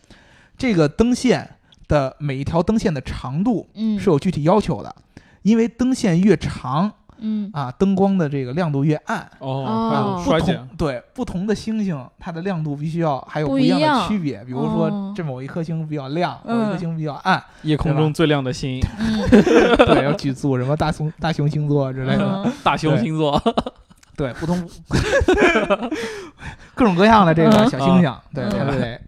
Speaker 2: 这个灯线的每一条灯线的长度
Speaker 1: 嗯，
Speaker 2: 是有具体要求的，因为灯线越长
Speaker 1: 嗯，
Speaker 2: 啊，灯光的这个亮度越暗。
Speaker 1: 哦
Speaker 2: 啊，不
Speaker 3: 衰减
Speaker 2: 同对不同的星星，它的亮度必须要还有
Speaker 1: 不
Speaker 2: 一
Speaker 1: 一
Speaker 2: 样的
Speaker 1: 样
Speaker 2: 区别。比如
Speaker 1: 哦
Speaker 2: 说，这某一颗星比较亮，某一颗
Speaker 1: 嗯
Speaker 2: 星比较暗，
Speaker 3: 夜空中最亮的星，
Speaker 1: 嗯
Speaker 2: 对，要举足什么大熊大熊星座之类的，
Speaker 1: 嗯，
Speaker 3: 大熊星座。
Speaker 2: 对，不同 各种各样的这个
Speaker 1: 嗯
Speaker 2: 小星星，对，
Speaker 1: 嗯
Speaker 2: 它都得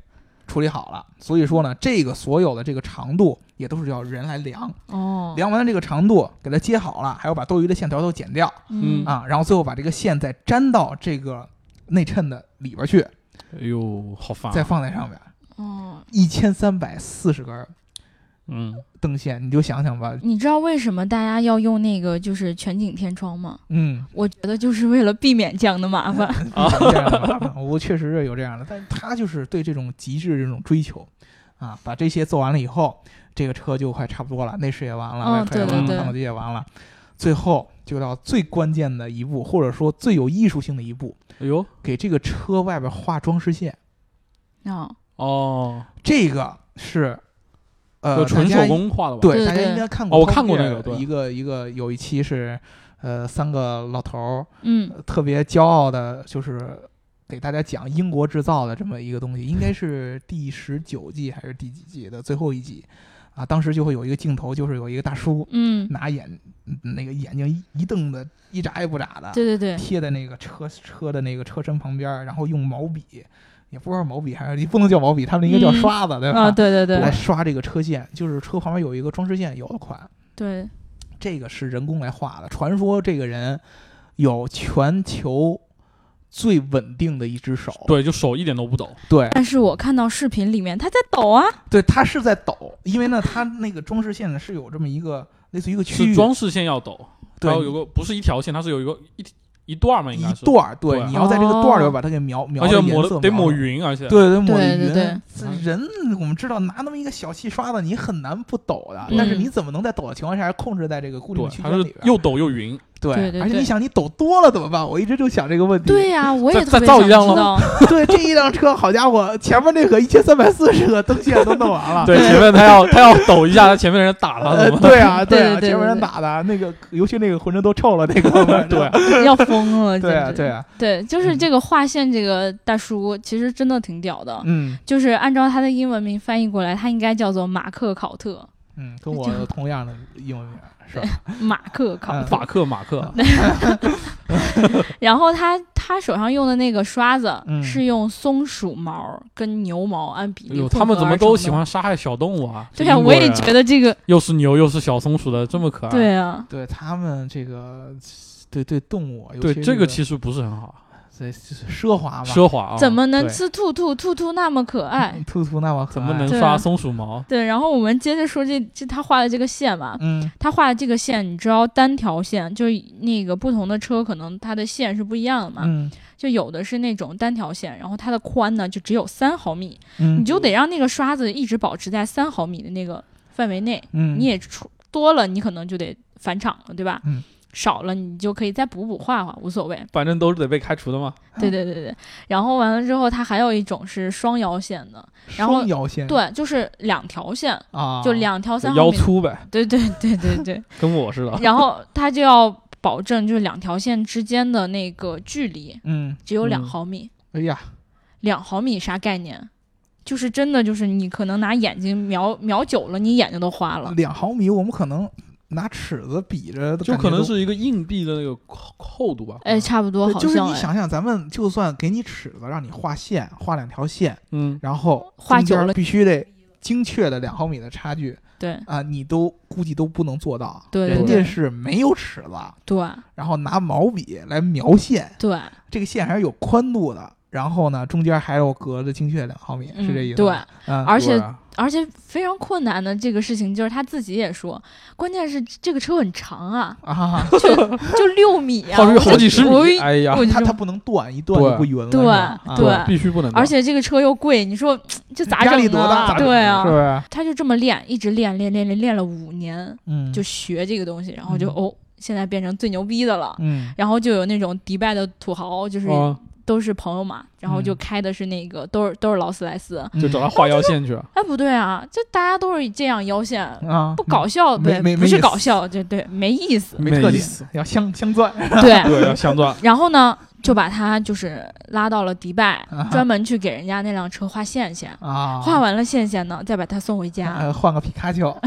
Speaker 2: 处理好了。所以说呢，这个所有的这个长度也都是要人来量，
Speaker 1: 哦，
Speaker 2: 量完了这个长度给它接好了，还要把多余的线条都剪掉，
Speaker 1: 嗯
Speaker 3: 嗯
Speaker 2: 啊，然后最后把这个线再粘到这个内衬的里边去，
Speaker 3: 哎呦，好烦啊。
Speaker 2: 再放在上面。
Speaker 1: 哦，
Speaker 2: 一千三百四十根
Speaker 3: 嗯，
Speaker 2: 灯线，你就想想吧，
Speaker 1: 你知道为什么大家要用那个就是全景天窗吗？
Speaker 2: 嗯，
Speaker 1: 我觉得就是为了避免这样的麻烦。
Speaker 3: 啊
Speaker 2: 这样的麻烦，我确实是有这样的，但他就是对这种极致这种追求啊，把这些做完了以后，这个车就快差不多了，内饰也完了，
Speaker 1: 嗯
Speaker 2: 外壳
Speaker 1: 对
Speaker 2: 也
Speaker 3: 对
Speaker 2: 完了，
Speaker 3: 对
Speaker 2: 发动机也完了，最后就到最关键的一步，或者说最有艺术性的一步，
Speaker 3: 哎呦，
Speaker 2: 给这个车外边画装饰线。
Speaker 1: 哦，
Speaker 3: 哦，
Speaker 2: 这个是，呃，
Speaker 3: 就纯
Speaker 2: 大家
Speaker 3: 手工画的吧？
Speaker 2: 对，
Speaker 1: 对
Speaker 2: 大家
Speaker 1: 对
Speaker 2: 应该看过。
Speaker 3: 哦我看过那个对
Speaker 2: 一个一个有一期是，呃，三个老头儿、
Speaker 1: 嗯，
Speaker 2: 呃特别骄傲的，就是给大家讲英国制造的这么一个东西，应该是第十九季还是第几季的最后一集啊？当时就会有一个镜头，就是有一个大叔
Speaker 1: 嗯，
Speaker 2: 拿眼嗯那个眼睛一一瞪的，一眨也不眨的，
Speaker 1: 对对对，
Speaker 2: 贴在那个车车的那个车身旁边儿，然后用毛笔。也不知道毛笔还是不能叫毛笔，他们应该叫
Speaker 1: 嗯
Speaker 2: 刷子，对吧？
Speaker 1: 啊，对对
Speaker 2: 来
Speaker 1: 对
Speaker 2: 刷这个车线，就是车旁边有一个装饰线，有的款
Speaker 1: 对，
Speaker 2: 这个是人工来画的。传说这个人有全球最稳定的一只手，
Speaker 3: 对，就手一点都不抖。
Speaker 2: 对
Speaker 1: 但是我看到视频里面他在抖啊，
Speaker 2: 对，他是在抖，因为呢，他那个装饰线呢是有这么一个类似于一个区
Speaker 3: 是
Speaker 2: 域，
Speaker 3: 装饰线要抖，
Speaker 2: 对
Speaker 3: 还有有个不是一条线，它是有一个一一段儿嘛，应该
Speaker 2: 一
Speaker 3: 是，
Speaker 2: 段儿，对，
Speaker 3: 对
Speaker 2: 你要在这个段儿里边把它给描描
Speaker 3: 而
Speaker 2: 的
Speaker 3: 且
Speaker 2: 颜
Speaker 3: 抹
Speaker 2: 色
Speaker 3: 得得抹
Speaker 2: 上。
Speaker 3: 匀，而且
Speaker 2: 对对，抹
Speaker 1: 对对
Speaker 2: 匀。
Speaker 1: 对
Speaker 2: 这人我们知道拿那么一个小细刷子，你很难不抖的。
Speaker 1: 嗯
Speaker 2: 但是你怎么能在抖的情况下还控制在这个固定
Speaker 3: 对
Speaker 2: 的，区
Speaker 3: 它
Speaker 2: 间里
Speaker 3: 是
Speaker 2: 边？
Speaker 3: 又抖又 匀，
Speaker 2: 对，
Speaker 1: 对对
Speaker 2: 而且
Speaker 1: 对
Speaker 2: 你想，你抖多了怎么办？我一直就想这个问题。
Speaker 1: 对呀，我也
Speaker 3: 再
Speaker 1: 特
Speaker 3: 再
Speaker 1: 别
Speaker 3: 造
Speaker 1: 想
Speaker 3: 一辆
Speaker 1: 知道，
Speaker 2: 对，这一辆车，好家伙，前面那个一千三百四十个灯线都弄完了。
Speaker 3: 对，前面他要他要抖一下，他前面的人打他
Speaker 2: 呃
Speaker 3: 怎么？
Speaker 2: 对 啊，
Speaker 1: 对
Speaker 2: 啊，
Speaker 1: 对对
Speaker 2: 前面人
Speaker 1: 对
Speaker 2: 打的那个，尤其那个浑身都臭了那 个哥们儿，
Speaker 3: 对
Speaker 2: 吧
Speaker 1: 要疯了，
Speaker 2: 对啊，
Speaker 1: 简直
Speaker 2: 对啊，
Speaker 1: 对，就是这个划线这个大叔其实真的挺屌的，
Speaker 2: 嗯
Speaker 1: 就是按照他的英文名翻译过来，他应该叫做马克考 特，
Speaker 2: 嗯，跟我有同样的英文名儿是吧？
Speaker 1: 马克考
Speaker 2: 嗯
Speaker 1: 特。
Speaker 3: 啊马克马 克，哎
Speaker 1: 然后他他手上用的那个刷子
Speaker 2: 嗯
Speaker 1: 是用松鼠毛跟牛毛按比
Speaker 3: 哎
Speaker 1: 例
Speaker 3: 呦，
Speaker 1: 混合
Speaker 3: 他们怎么
Speaker 1: 而成
Speaker 3: 都
Speaker 1: 的
Speaker 3: 喜？欢杀害小动物啊？
Speaker 1: 对呀，我也觉
Speaker 3: 得
Speaker 1: 得这个
Speaker 3: 又是牛又是小松鼠的，这么可爱。
Speaker 1: 对啊，
Speaker 2: 对他们这个对对动物，尤
Speaker 3: 对
Speaker 2: 其
Speaker 3: 这
Speaker 2: 个
Speaker 3: 个其实不是很好，
Speaker 2: 这就是奢华嘛，
Speaker 3: 奢华啊，嗯
Speaker 1: 怎么能
Speaker 2: 对
Speaker 1: 吃兔兔？兔兔那么可爱。
Speaker 2: 兔兔那么可
Speaker 3: 怎么
Speaker 2: 爱
Speaker 3: 能
Speaker 1: 对啊
Speaker 3: 刷松鼠毛？
Speaker 1: 对，然后我们接着说这这他画的这个线嘛，
Speaker 2: 嗯
Speaker 1: 他画的这个线，你知道单条线，就是那个不同的车可能它的线是不一样的嘛，
Speaker 2: 嗯
Speaker 1: 就有的是那种单条线，然后它的宽呢就只有三毫米，
Speaker 2: 嗯，
Speaker 1: 你就得让那个刷子一直保持在三毫米的那个范围内，
Speaker 2: 嗯
Speaker 1: 你也出多了，你可能就得返场了，对吧？
Speaker 2: 嗯
Speaker 1: 少了你就可以再补补画画，无所谓。
Speaker 3: 反正都是得被开除的嘛。
Speaker 1: 对对对对。然后完了之后，它还有一种是双腰线的，然后
Speaker 2: 双腰线
Speaker 1: 对，就是两条线，
Speaker 2: 嗯啊，
Speaker 1: 就两条三毫
Speaker 3: 腰
Speaker 1: 米的。
Speaker 3: 粗呗，
Speaker 1: 对对对对对。
Speaker 3: 跟我似的。
Speaker 1: 然后它就要保证就是两条线之间的那个距离
Speaker 2: 嗯，
Speaker 1: 只有两
Speaker 3: 嗯
Speaker 1: 毫米，
Speaker 2: 哎呀，
Speaker 1: 两、毫米啥概念？就是真的就是你可能拿眼睛瞄瞄久了，你眼睛都花了。
Speaker 2: 两毫米，我们可能拿尺子比着，
Speaker 3: 就可能。是一个硬币的那个厚厚度吧。
Speaker 1: 哎，差不多
Speaker 2: 对
Speaker 1: 好
Speaker 2: 就是
Speaker 1: 像
Speaker 2: 你
Speaker 1: 哎，
Speaker 2: 想想，咱们就算给你尺子，让你画线，画两条线，
Speaker 3: 嗯，
Speaker 2: 然后
Speaker 1: 画
Speaker 2: 中间
Speaker 1: 久了
Speaker 2: 必须得精确的两毫米的差距
Speaker 1: 对
Speaker 2: 啊、你都估计都不能做到。
Speaker 1: 对对
Speaker 3: 人
Speaker 2: 人
Speaker 1: 对
Speaker 2: 家是没有尺子，
Speaker 1: 对
Speaker 2: 然后拿毛笔来描线，
Speaker 1: 对，
Speaker 2: 这个线还是有宽度的。然后呢，中间还有隔着精确两毫米，
Speaker 1: 嗯
Speaker 2: 是这意思
Speaker 1: 对
Speaker 2: 吗？，嗯，
Speaker 1: 而且
Speaker 3: 对啊
Speaker 1: 而且非常困难的这个事情就是他自己也说，关键是这个车很长啊，
Speaker 2: 啊，
Speaker 1: 就六米啊，
Speaker 3: 好
Speaker 1: 我
Speaker 3: 像好几十
Speaker 1: 我
Speaker 3: 米，哎 呀，
Speaker 1: 我就
Speaker 2: 它
Speaker 1: 这
Speaker 2: 它
Speaker 1: 种
Speaker 2: 不能断，一断就不匀了，是吧啊
Speaker 1: 对
Speaker 3: 必须不能断。
Speaker 1: 而且这个车又贵，你说这咋
Speaker 2: 嗯压
Speaker 1: 整
Speaker 2: 力
Speaker 1: 呢？
Speaker 2: 多大
Speaker 3: 咋整
Speaker 1: 对
Speaker 3: 啊
Speaker 1: 啊
Speaker 2: 是，不是？
Speaker 1: 他就这么练，一直练练练练练了五年，
Speaker 2: 嗯，
Speaker 1: 就学这个东西，然后就、
Speaker 2: 嗯
Speaker 1: 哦，现在变成最牛逼的了。
Speaker 2: 嗯
Speaker 1: 然后就有那种迪拜的土豪，就是
Speaker 2: 哦
Speaker 3: 啊，
Speaker 1: 都是朋友嘛，然后就
Speaker 2: 嗯
Speaker 1: 开的是那个都是都是劳斯莱斯。
Speaker 3: 就找他画腰线去了。
Speaker 1: 哎，不对啊，这大家都是这样腰线，
Speaker 2: 啊，
Speaker 1: 不搞笑
Speaker 2: 没
Speaker 1: 呗，
Speaker 2: 没没
Speaker 1: 不是
Speaker 2: 意思
Speaker 1: 搞笑，就对，没意思，
Speaker 2: 没特
Speaker 3: 没意
Speaker 2: 点
Speaker 3: 思，
Speaker 2: 要镶镶钻，
Speaker 1: 对。
Speaker 3: 对，要镶钻。
Speaker 1: 然后呢，就把他就是拉到了迪拜，
Speaker 2: 啊哈
Speaker 1: 专门去给人家那辆车画线线。
Speaker 2: 啊，
Speaker 1: 画完了线线呢，再把它送回家。
Speaker 2: 呃换个皮卡丘，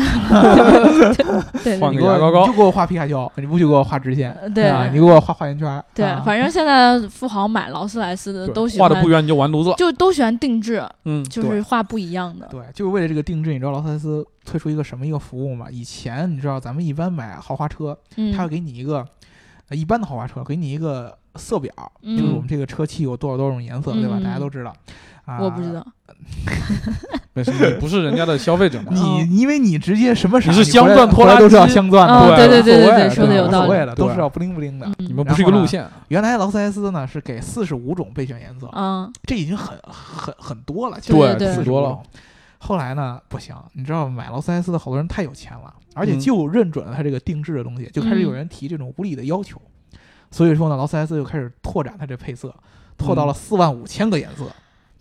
Speaker 1: 对
Speaker 3: 换
Speaker 2: 你
Speaker 3: 个
Speaker 2: 给我
Speaker 3: 牙膏膏
Speaker 2: 你就给我画皮卡丘，你不许给我画直线，
Speaker 1: 呃对
Speaker 2: 啊，你给我画画圆圈儿，
Speaker 1: 对
Speaker 2: 啊，
Speaker 1: 反正现在富豪买劳斯莱斯的
Speaker 3: 对
Speaker 1: 都喜
Speaker 3: 画
Speaker 1: 欢，
Speaker 3: 的不圆你就完犊子了。
Speaker 1: 就都喜欢定制，
Speaker 3: 嗯，
Speaker 1: 就是画不一样的。
Speaker 2: 对，就是为了这个定制，你知道劳斯莱斯推出一个什么一个服务吗？以前你知道咱们一般买豪华车，
Speaker 1: 嗯
Speaker 2: 它会给你一个、呃一般的豪华车，给你一个色表，就是我
Speaker 1: 嗯
Speaker 2: 们，这个车漆有多少多少种颜色，对吧？
Speaker 1: 嗯
Speaker 2: 大家都知道。啊、
Speaker 1: 我不知。道，
Speaker 3: 没事，你不是人家的消费 者嘛。
Speaker 1: 哦
Speaker 2: 你因为你直接什么色
Speaker 3: 你
Speaker 2: 儿，
Speaker 3: 是镶
Speaker 2: 回来
Speaker 3: 钻拖
Speaker 2: 回来
Speaker 3: 拉
Speaker 2: 都是要
Speaker 3: 机
Speaker 2: 镶钻的，
Speaker 1: 哦对对对
Speaker 2: 无所
Speaker 1: 对对
Speaker 2: 谓
Speaker 1: 说得
Speaker 2: 对
Speaker 1: 有
Speaker 2: 无
Speaker 1: 道
Speaker 2: 所谓
Speaker 3: 理
Speaker 2: 了，都
Speaker 3: 对
Speaker 2: 是要 bling bling 的。
Speaker 3: 你
Speaker 1: 嗯
Speaker 3: 们不是一个路线，
Speaker 2: 原来劳斯莱斯呢是给四十五种备选颜色，
Speaker 1: 嗯
Speaker 2: 这已经很很很多了，其
Speaker 1: 对对
Speaker 2: 实
Speaker 1: 对
Speaker 2: 很
Speaker 3: 很多了。
Speaker 2: 后来呢，不行，你知道买劳斯莱斯的好多人太有钱了，而且
Speaker 3: 嗯
Speaker 2: 就认准了它这个定制的东西，就开
Speaker 1: 嗯
Speaker 2: 始有人提这种无理的要求，所以说呢，劳斯莱斯就开始拓展它这配色，
Speaker 1: 嗯
Speaker 2: 拓到了四万五千个颜色。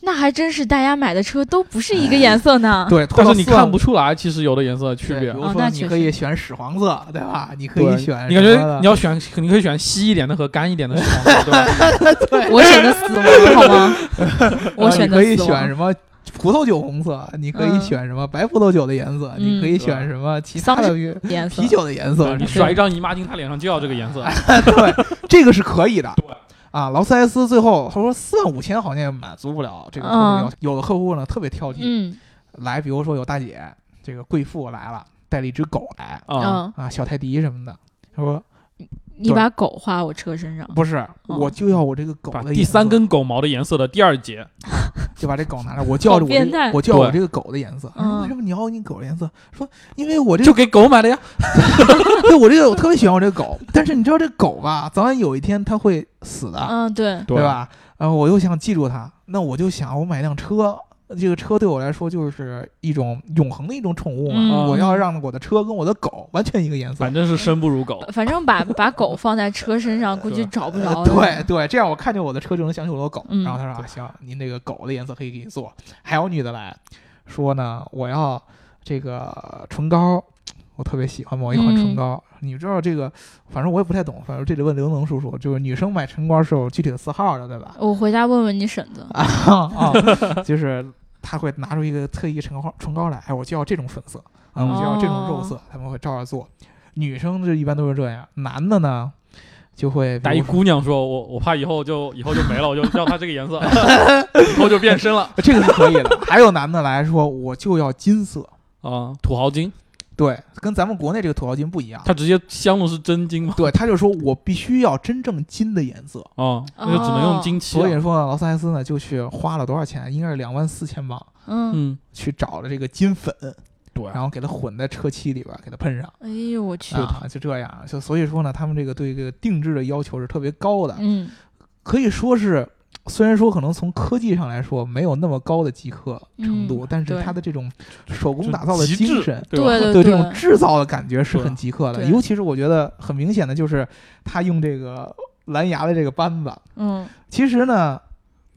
Speaker 1: 那还真是大家买的车都不是一个颜色呢。
Speaker 2: 对，拓
Speaker 3: 但
Speaker 2: 到
Speaker 3: 是你看
Speaker 2: 45,000
Speaker 3: 不出来，其实有的颜色区
Speaker 2: 对
Speaker 3: 别啊
Speaker 2: 比。
Speaker 1: 啊哦
Speaker 2: 如
Speaker 1: 那
Speaker 2: 说你
Speaker 1: 确
Speaker 2: 可
Speaker 1: 实
Speaker 2: 以选屎黄色，对吧？你可
Speaker 3: 对
Speaker 2: 以选
Speaker 3: 你感
Speaker 2: 什么
Speaker 3: 觉
Speaker 2: 的
Speaker 3: 你要选，你可以选稀一点的和干一点的是黄色，对 吧？
Speaker 1: 我选的死亡，好吗？我
Speaker 2: 呃
Speaker 1: 选
Speaker 2: 你
Speaker 1: 的
Speaker 2: 可以
Speaker 1: 死
Speaker 2: 选
Speaker 1: 亡。
Speaker 2: 什么葡萄酒红色，你可以
Speaker 1: 嗯
Speaker 2: 选什么白葡萄酒的颜色，你可
Speaker 1: 嗯
Speaker 2: 以
Speaker 3: 对
Speaker 2: 选什么其
Speaker 1: 桑
Speaker 2: 他的
Speaker 1: 颜色嗯
Speaker 2: 啤酒的颜色，
Speaker 3: 你甩一张姨妈巾，她脸上就要这个颜 色。
Speaker 2: 对，这个是可以的。
Speaker 3: 对
Speaker 2: 啊，劳斯莱斯最后他说四万五千好像也满足不了这个客户的要求，有的客户呢特别挑剔，
Speaker 1: 嗯
Speaker 2: 来，比如说有大姐这个贵妇来了，带了一只狗来
Speaker 3: 啊，
Speaker 1: 嗯，
Speaker 2: 啊，小泰迪什么的，他说
Speaker 1: 你把狗画我车身上，
Speaker 2: 不是，
Speaker 1: 嗯
Speaker 2: 我就要我这个狗
Speaker 3: 把
Speaker 2: 的
Speaker 3: 第
Speaker 2: 颜色
Speaker 3: 三根狗毛的颜色的第二节，
Speaker 2: 就把这狗拿来，我就要
Speaker 1: 好
Speaker 2: 我这
Speaker 1: 变态
Speaker 2: 个我就要我
Speaker 3: 对
Speaker 2: 这个狗的颜色，他
Speaker 1: 嗯
Speaker 2: 说为什么你要你狗的颜色？说因为我这个
Speaker 3: 就给狗买的呀。
Speaker 2: 对我这个我特别喜欢我这个狗，但是你知道这狗吧，早晚有一天它会死的，
Speaker 1: 嗯，对，
Speaker 2: 对？啊吧？然后我又想记住它，那我就想我买辆车，这个车对我来说就是一种永恒的一种宠物嘛。
Speaker 1: 嗯
Speaker 2: 我要让我的车跟我的狗完全一个颜色
Speaker 3: 反。正是生不如 狗。
Speaker 1: 反正把把狗放在车身上，估计
Speaker 3: 对
Speaker 1: 找不
Speaker 2: 呃
Speaker 1: 着了。
Speaker 2: 对对，这样我看见我的车就能想起我的狗。
Speaker 1: 嗯
Speaker 2: 然后他说啊，行，您这个狗的颜色可以给你做。还有女的来说呢，我要这个唇膏，我特别喜欢某一款唇
Speaker 1: 嗯
Speaker 2: 膏。你知道这个，反正我也不太懂，反正这得问刘能叔叔，就是女生买唇膏是有具体的色号的，对吧？
Speaker 1: 我回家问问你婶子。
Speaker 2: 啊 啊，就是他会拿出一个特意唇膏唇膏来，哎，我就要这种粉色啊，我就要这种肉
Speaker 3: 哦
Speaker 2: 色，他们会照着做。女生这一般都是这样，男的呢就会比
Speaker 3: 打一
Speaker 2: 如说
Speaker 3: 姑娘说，我我怕以后就以后就没了，我就要她这个颜 色，以后就变身了
Speaker 2: 这个是可以的。还有男的来说，我就要金色，
Speaker 3: 啊，土豪金
Speaker 2: 对，跟咱们国内这个土豪金不一样。
Speaker 3: 他直接镶的是真金嘛，
Speaker 2: 对，他就说我必须要真正金的颜色。
Speaker 3: 啊，那就只能用金漆
Speaker 2: 所
Speaker 3: 了。
Speaker 2: 以说呢，劳斯莱斯呢就去花了多少钱？应该是两万四千镑，
Speaker 1: 嗯，
Speaker 3: 嗯，
Speaker 2: 去找了这个金粉，
Speaker 3: 对
Speaker 2: 然后给它混在车漆里边，给它喷上。
Speaker 1: 哎呦我去，
Speaker 2: 啊，就这样，就所以说呢，他们这个对这个定制的要求是特别高的，
Speaker 1: 嗯
Speaker 2: 可以说是，虽然说可能从科技上来说没有那么高的极客程度，
Speaker 1: 嗯
Speaker 2: 但是
Speaker 1: 对
Speaker 2: 它的这种手工
Speaker 3: 就
Speaker 2: 打造的
Speaker 3: 极致
Speaker 2: 精神，
Speaker 3: 对吧？
Speaker 1: 对
Speaker 2: 这种制造的感觉是很极客的。
Speaker 1: 对
Speaker 2: 尤其是我觉得很明显的就是他用这个蓝牙的这个扳子，
Speaker 1: 嗯
Speaker 2: 其实呢，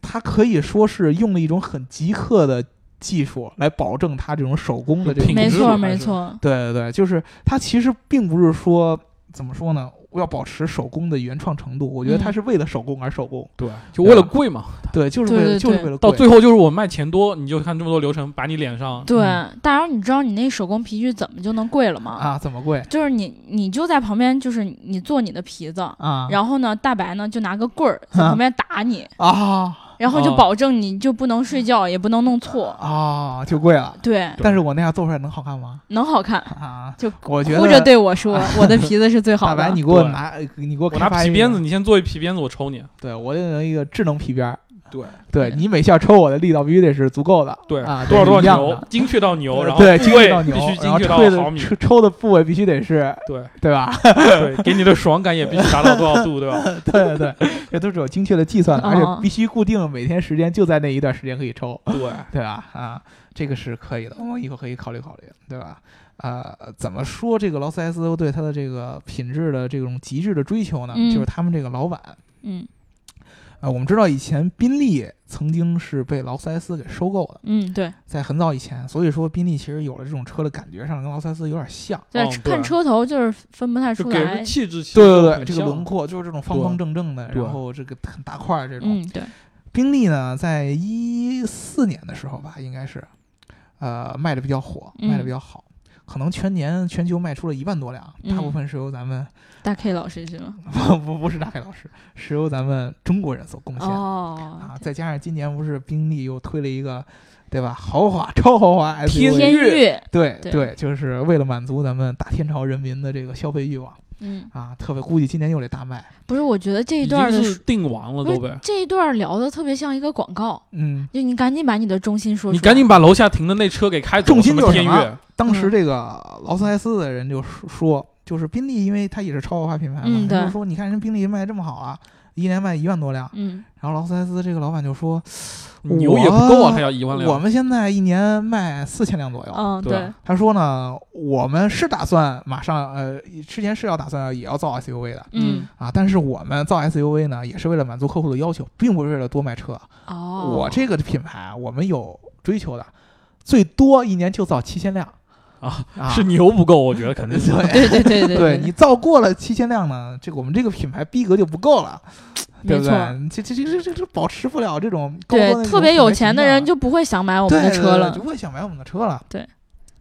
Speaker 2: 它可以说是用了一种很极客的技术来保证它这种手工的这种
Speaker 3: 品
Speaker 1: 没
Speaker 3: 质
Speaker 1: 错
Speaker 3: 还
Speaker 1: 没
Speaker 3: 是
Speaker 1: 错，
Speaker 2: 对对对，就是它其实并不是说怎么说呢，我要保持手工的原创程度，我觉得它
Speaker 1: 嗯
Speaker 2: 是为了手工而手工，
Speaker 3: 对，就为了
Speaker 2: 对吧
Speaker 3: 贵嘛。
Speaker 2: 对，就是
Speaker 1: 对
Speaker 2: 为了
Speaker 1: 对
Speaker 2: 就是
Speaker 1: 对
Speaker 2: 为了
Speaker 3: 到
Speaker 2: 贵
Speaker 3: 最后就是我卖钱多，你就看这么多流程把你脸上。
Speaker 1: 对啊
Speaker 2: 嗯，
Speaker 1: 大姚，你知道你那手工皮具怎么就能贵了吗？
Speaker 2: 啊，怎么贵
Speaker 1: 就是你你就在旁边，就是你做你的皮子。
Speaker 2: 啊？
Speaker 1: 然后呢，大白呢就拿个棍儿在旁边打你，
Speaker 2: 啊
Speaker 1: 然后就
Speaker 3: 哦
Speaker 1: 保证你就不能睡觉，也不能弄错。
Speaker 2: 啊，就贵了。
Speaker 1: 对，
Speaker 2: 但是我那样做出来能好看吗？
Speaker 1: 能好看。
Speaker 2: 啊，
Speaker 1: 就
Speaker 2: 我觉
Speaker 1: 哭着
Speaker 2: 得
Speaker 1: 对我 说：“我的皮子是最好的。”
Speaker 2: 大白，你给我
Speaker 3: 对
Speaker 2: 拿，你给我
Speaker 3: 我
Speaker 2: 开
Speaker 3: 拿
Speaker 2: 发
Speaker 3: 皮
Speaker 2: 一
Speaker 3: 鞭
Speaker 2: 个
Speaker 3: 子，，你先做一皮鞭子，我抽你。
Speaker 2: 对我得有一个智能皮鞭儿。
Speaker 3: 对
Speaker 2: 对
Speaker 1: 对
Speaker 2: 你每下抽我的力道必须得是足够的，
Speaker 3: 对
Speaker 2: 啊，
Speaker 3: 多少多少
Speaker 2: 对一样的
Speaker 3: 牛，精确到牛，然后
Speaker 2: 对，
Speaker 3: 部
Speaker 2: 精确
Speaker 3: 位
Speaker 2: 到牛，
Speaker 3: 必须
Speaker 2: 然
Speaker 3: 精
Speaker 2: 后
Speaker 3: 确到
Speaker 2: 吹
Speaker 3: 毫
Speaker 2: 的
Speaker 3: 米，
Speaker 2: 抽抽的部位必须得是，
Speaker 3: 对
Speaker 2: 对吧？
Speaker 3: 对，给你的爽感也必须达到多少度，对吧？
Speaker 2: 对对对，这都是有精确的计算的，而
Speaker 1: 哦
Speaker 2: 且必须固定每天时间，就在那一段时间可以抽，
Speaker 3: 对，
Speaker 2: 对吧？啊，这个是可以的，我们以后可以考虑考虑，对吧？呃，怎么说这个劳斯莱斯对它的这个品质的这种极致的追求呢？
Speaker 1: 嗯
Speaker 2: 就是他们这个老板，
Speaker 1: 嗯
Speaker 2: 呃，我们知道以前宾利曾经是被劳斯莱斯给收购的，
Speaker 1: 嗯，
Speaker 3: 哦
Speaker 1: 对，
Speaker 2: 在很早以前，所以说宾利其实有了这种车的感觉上跟劳斯莱斯有点像。
Speaker 1: 对，
Speaker 3: 哦对
Speaker 1: 看车头就是分不太
Speaker 3: 就
Speaker 1: 出
Speaker 3: 给人
Speaker 1: 来
Speaker 3: 的。气质其实
Speaker 2: 对对对，
Speaker 3: 很
Speaker 2: 这个
Speaker 3: 像
Speaker 2: 轮廓就是这种方方
Speaker 3: 对
Speaker 2: 正正的，
Speaker 3: 对
Speaker 2: 然后这个很大块儿这种，
Speaker 1: 嗯，对，
Speaker 2: 宾利呢，在一四年的时候吧，应该是，呃，卖的比较火，
Speaker 1: 嗯
Speaker 2: 卖的比较好，可能全年全球卖出了一万多辆，
Speaker 1: 嗯
Speaker 2: 大部分是由咱们、
Speaker 1: 大 K 老师是吗？
Speaker 2: 不 不不是大海老师，是由咱们中国人所贡献、
Speaker 1: 哦
Speaker 2: 啊。，再加上今年不是宾利又推了一个，对吧？豪华超豪华 SUV，
Speaker 1: 天悦，
Speaker 2: 对
Speaker 1: 对
Speaker 2: 就是为了满足咱们大天朝人民的这个消费欲望
Speaker 1: 嗯，
Speaker 2: 啊，特别估计今年又得大卖，
Speaker 1: 不是，我觉得这一
Speaker 3: 已
Speaker 1: 段
Speaker 3: 经
Speaker 1: 的
Speaker 3: 是
Speaker 1: 说
Speaker 3: 定完了
Speaker 1: 不
Speaker 3: 都
Speaker 1: 是
Speaker 3: 呗。
Speaker 1: 这一段聊的特别像一个广告，
Speaker 2: 嗯。
Speaker 1: 就你赶紧把你的中心说出来。
Speaker 3: 你赶紧把楼下停的那车给开走，
Speaker 2: 重心
Speaker 3: 什么
Speaker 2: 就是
Speaker 3: 天
Speaker 2: 什么
Speaker 3: 悦，
Speaker 2: 当
Speaker 1: 嗯
Speaker 2: 时这个劳斯莱斯的人就说说，就是宾利，因为它也是超豪华品牌嘛，
Speaker 1: 嗯对
Speaker 2: 人就说你看人宾利卖得这么好啊，一年卖一万多辆，
Speaker 1: 嗯
Speaker 2: 然后劳斯莱斯这个老板就说，
Speaker 3: 牛也不够啊，他要一万
Speaker 2: 我
Speaker 3: 辆。
Speaker 2: 们现在一年卖四千辆左右。
Speaker 1: 嗯，
Speaker 3: 哦对
Speaker 1: 对
Speaker 3: 吧，
Speaker 2: 他说呢，我们是打算马上呃，之前是要打算也要造 SUV 的
Speaker 1: 嗯，
Speaker 2: 啊，但是我们造 SUV 呢，也是为了满足客户的要求，并不是为了多卖车。
Speaker 1: 哦，
Speaker 2: 我这个品牌啊我们有追求的，最多一年就造七千辆
Speaker 3: 啊
Speaker 2: 啊，
Speaker 3: 是牛不够，我觉得肯 定是。
Speaker 2: 对
Speaker 1: 对对对对
Speaker 2: 对你造过了七千辆呢，这个我们这个品牌逼格就不够了，
Speaker 1: 没
Speaker 2: 对不
Speaker 1: 错。
Speaker 2: 对？这这这这这这保持不了这种高端的
Speaker 1: 对，
Speaker 2: 这种
Speaker 1: 特别有
Speaker 2: 品牌
Speaker 1: 钱的
Speaker 2: 形象
Speaker 1: 人就不会想买我
Speaker 2: 对
Speaker 1: 们的
Speaker 2: 对
Speaker 1: 车
Speaker 2: 对
Speaker 1: 了
Speaker 2: 就。不会想买我们的车了。
Speaker 1: 对，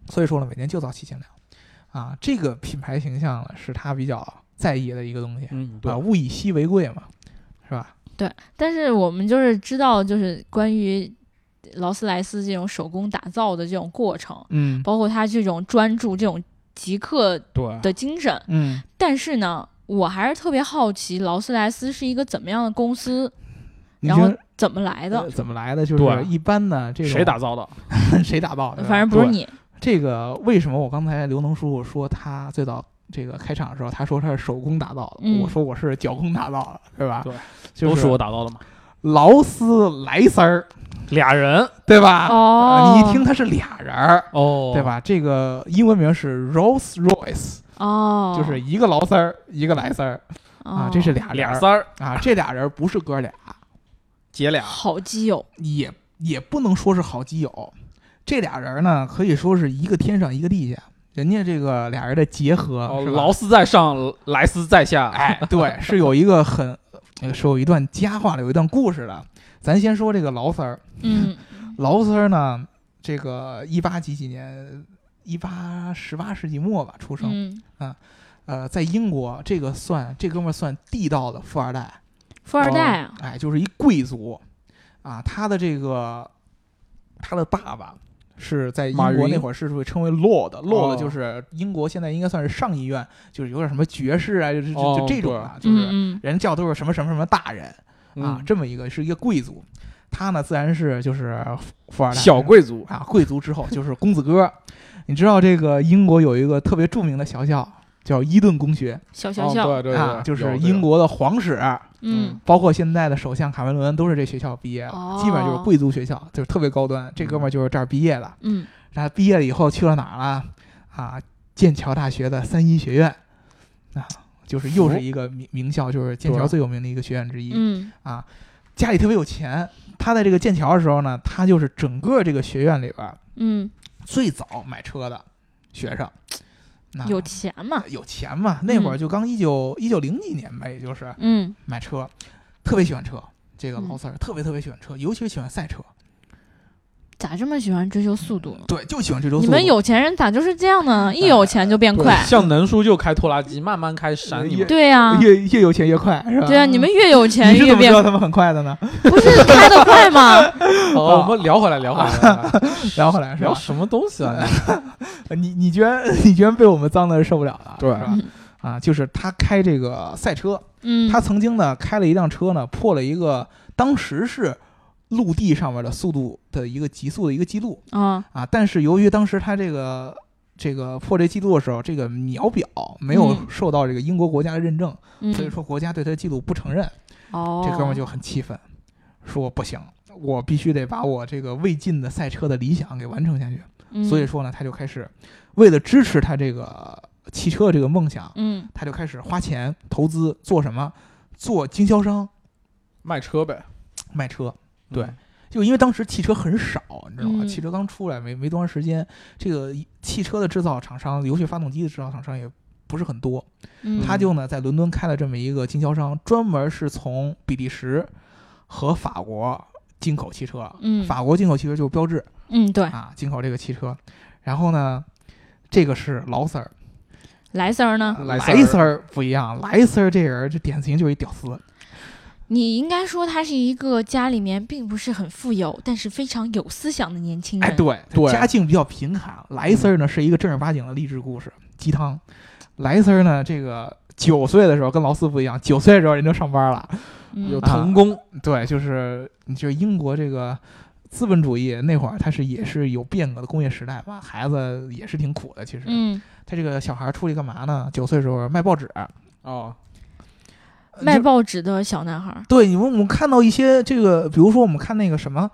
Speaker 2: 所以说呢，每年就造七千辆啊，这个品牌形象呢是他比较在意的一个东西
Speaker 3: 嗯，对
Speaker 2: 啊，，物以稀为贵嘛，是吧？
Speaker 1: 但是我们就是知道，就是关于劳斯莱斯这种手工打造的这种过程，
Speaker 2: 嗯
Speaker 1: 包括他这种专注、这种极客
Speaker 3: 对，
Speaker 1: 的精神。
Speaker 2: 嗯，
Speaker 1: 但是呢，我还是特别好奇，劳斯莱斯是一个怎么样的公司，
Speaker 2: 你
Speaker 1: 然
Speaker 2: 觉
Speaker 1: 后
Speaker 2: 得
Speaker 1: 怎么来的
Speaker 2: 呃？怎么来的？就
Speaker 3: 对
Speaker 2: 是一般呢，这种
Speaker 3: 谁打造的？
Speaker 2: 谁打呃造的，对吧
Speaker 1: 反正不是
Speaker 3: 对
Speaker 1: 你，
Speaker 2: 这个为什么我刚才刘能叔叔说他最早这个开场的时候，他说他是手工打造的，
Speaker 1: 嗯
Speaker 2: 我说我是脚工打造的，是吧？
Speaker 3: 对，
Speaker 2: 就
Speaker 3: 都是我打造的嘛。
Speaker 2: 劳斯莱斯儿，
Speaker 3: 俩人
Speaker 2: 对吧？
Speaker 1: 哦
Speaker 2: 呃你一听他是俩人儿，
Speaker 3: 哦，
Speaker 2: 对？吧？这个英文名是 Rolls Royce，、
Speaker 1: 哦，
Speaker 2: 就是一个劳斯儿，一个莱斯儿啊
Speaker 1: 哦，
Speaker 2: 这是俩人
Speaker 3: 俩三儿
Speaker 2: 啊，这俩人不是哥俩，
Speaker 3: 姐俩，
Speaker 1: 好基友，
Speaker 2: 也也不能说是好基友，这俩人呢可以说是一个天上一个地下，人家这个俩人的结合，
Speaker 3: 哦
Speaker 2: 是吧
Speaker 3: 劳斯在上，莱斯在下。
Speaker 2: 哎，对，是有一个很，呃是有一段佳话的，有一段故事的。咱先说这个劳三儿，
Speaker 1: 嗯，
Speaker 2: 劳三儿呢，这个一八几几年，一八十八世纪末吧出生，
Speaker 1: 嗯，
Speaker 2: 呃，在英国这个算这哥们儿算地道的富二代，哦
Speaker 1: 富二代啊，
Speaker 2: 哎，就是一贵族，啊，他的这个他的爸爸是在英
Speaker 3: 马
Speaker 2: 国
Speaker 3: 云
Speaker 2: 那会儿是会称为 Lord，Lord、Lord
Speaker 3: 哦
Speaker 2: 就是英国现在应该算是上议院，就是有点什么爵士啊，就是就
Speaker 3: 哦
Speaker 2: 就这种啊，就
Speaker 1: 嗯
Speaker 2: 是
Speaker 1: 嗯
Speaker 2: 人叫都是什么什么什么大人啊
Speaker 3: 嗯，
Speaker 2: 这么一个是一个贵族，他呢自然是就是富二代
Speaker 3: 小贵族
Speaker 2: 啊，贵族之后就是公子哥。 你知道这个英国有一个特别著名的学校叫伊顿公学
Speaker 1: 小小
Speaker 3: 哦
Speaker 1: 小，
Speaker 3: 对对
Speaker 2: 啊，
Speaker 3: 对，
Speaker 2: 就是
Speaker 3: 有
Speaker 2: 英，国的皇室，
Speaker 1: 嗯
Speaker 2: 包括现在的首相卡梅伦都是这学校毕业的，
Speaker 1: 哦
Speaker 2: 基本就是贵族学校，就是特别高端。
Speaker 3: 嗯
Speaker 2: 这哥们儿就是这儿毕业的，
Speaker 1: 嗯，
Speaker 2: 然后毕业了以后去了哪儿了？啊，剑桥大学的三一学院，啊，就是又是一个名名校，就是剑桥
Speaker 3: 对
Speaker 2: 最有名的一个学院之一。
Speaker 1: 嗯
Speaker 2: 啊，家里特别有钱。他在这个剑桥的时候呢，他就是整个这个学院里边儿
Speaker 1: 嗯，
Speaker 2: 最早买车的学生。那
Speaker 1: 有钱嘛，
Speaker 2: 有钱嘛？那会儿
Speaker 1: 嗯
Speaker 2: 就刚一九一九零几年吧，也就是
Speaker 1: 嗯
Speaker 2: 买车，特别喜欢车。这个
Speaker 1: 嗯
Speaker 2: 老 Sir 特别特别喜欢车，尤其是喜欢赛车。
Speaker 1: 咋这么喜欢追求速度呢？
Speaker 2: 对，就喜欢这种。
Speaker 1: 你们有钱人咋就是这样呢？一有钱就变
Speaker 3: 对
Speaker 1: 快，
Speaker 3: 像能叔就开拖拉机，慢慢开闪你们。
Speaker 1: 对呀、
Speaker 2: 越越有钱越快是吧？
Speaker 1: 对呀、啊你们越有钱
Speaker 2: 你是
Speaker 1: 越
Speaker 2: 怎么知
Speaker 1: 变
Speaker 2: 道他们很 快的呢？
Speaker 1: 不 是开得快吗？
Speaker 3: 哦，我们聊回来，聊回来，
Speaker 2: 聊回来是
Speaker 3: 聊
Speaker 2: 吧？呃
Speaker 3: 什么东西啊？
Speaker 2: 你你居然 你居然被我们脏的受不了了，
Speaker 3: 对
Speaker 2: 是吧？啊，就是他开这个赛车，
Speaker 1: 嗯，
Speaker 2: 他曾经呢开了一辆车呢，破了一个当时是陆地上面的速度的一个极速的一个记录
Speaker 1: 啊，
Speaker 2: 啊，但是由于当时他这个。这个破这记录的时候，这个秒表没有
Speaker 1: 嗯
Speaker 2: 受到这个英国国家的认证，
Speaker 1: 嗯，
Speaker 2: 所以说国家对他的记录不承认。
Speaker 1: 哦，
Speaker 2: 这哥们儿就很气愤，说不行，我必须得把我这个未尽的赛车的理想给完成下去。
Speaker 1: 嗯，
Speaker 2: 所以说呢，他就开始为了支持他这个汽车的这个梦想，
Speaker 1: 嗯
Speaker 2: 他就开始花钱投资做什么？做经销商
Speaker 3: 卖车呗，
Speaker 2: 卖车。
Speaker 3: 对，
Speaker 2: 就因为当时汽车很少，你知道吗？
Speaker 1: 嗯
Speaker 2: 汽车刚出来没没多长时间，这个汽车的制造厂商，尤其发动机的制造厂商也不是很多。
Speaker 1: 嗯，
Speaker 2: 他就呢在伦敦开了这么一个经销商，专门是从比利时和法国进口汽车。
Speaker 1: 嗯
Speaker 2: 法国进口汽车就是标志
Speaker 1: 嗯对，
Speaker 2: 啊，进口这个汽车。然后呢，这个是劳斯儿，
Speaker 1: 莱 Sir 呢？
Speaker 3: 莱
Speaker 2: 莱
Speaker 3: 斯
Speaker 2: 斯儿不一样，莱斯儿这人这典型就是一屌丝，
Speaker 1: 你应该说他是一个家里面并不是很富有，但是非常有思想的年轻人。
Speaker 2: 哎，对，
Speaker 3: 对
Speaker 2: 家境比较贫寒。莱斯儿呢是一个正儿八经的励志故事鸡汤。莱斯儿呢，这个九岁的时候跟劳斯不一样，九岁的时候人就上班了，
Speaker 1: 嗯，
Speaker 3: 有童工，
Speaker 2: 对，就是你就英国这个资本主义那会儿，它是也是有变革的工业时代吧，孩子也是挺苦的。其实，
Speaker 1: 嗯，
Speaker 2: 他这个小孩儿出去干嘛呢？九岁时候卖报纸，呃
Speaker 3: 哦，
Speaker 1: 卖
Speaker 2: 就
Speaker 1: 报纸的小男孩儿，
Speaker 2: 对，你们我们看到一些这个，比如说我们看那个什么，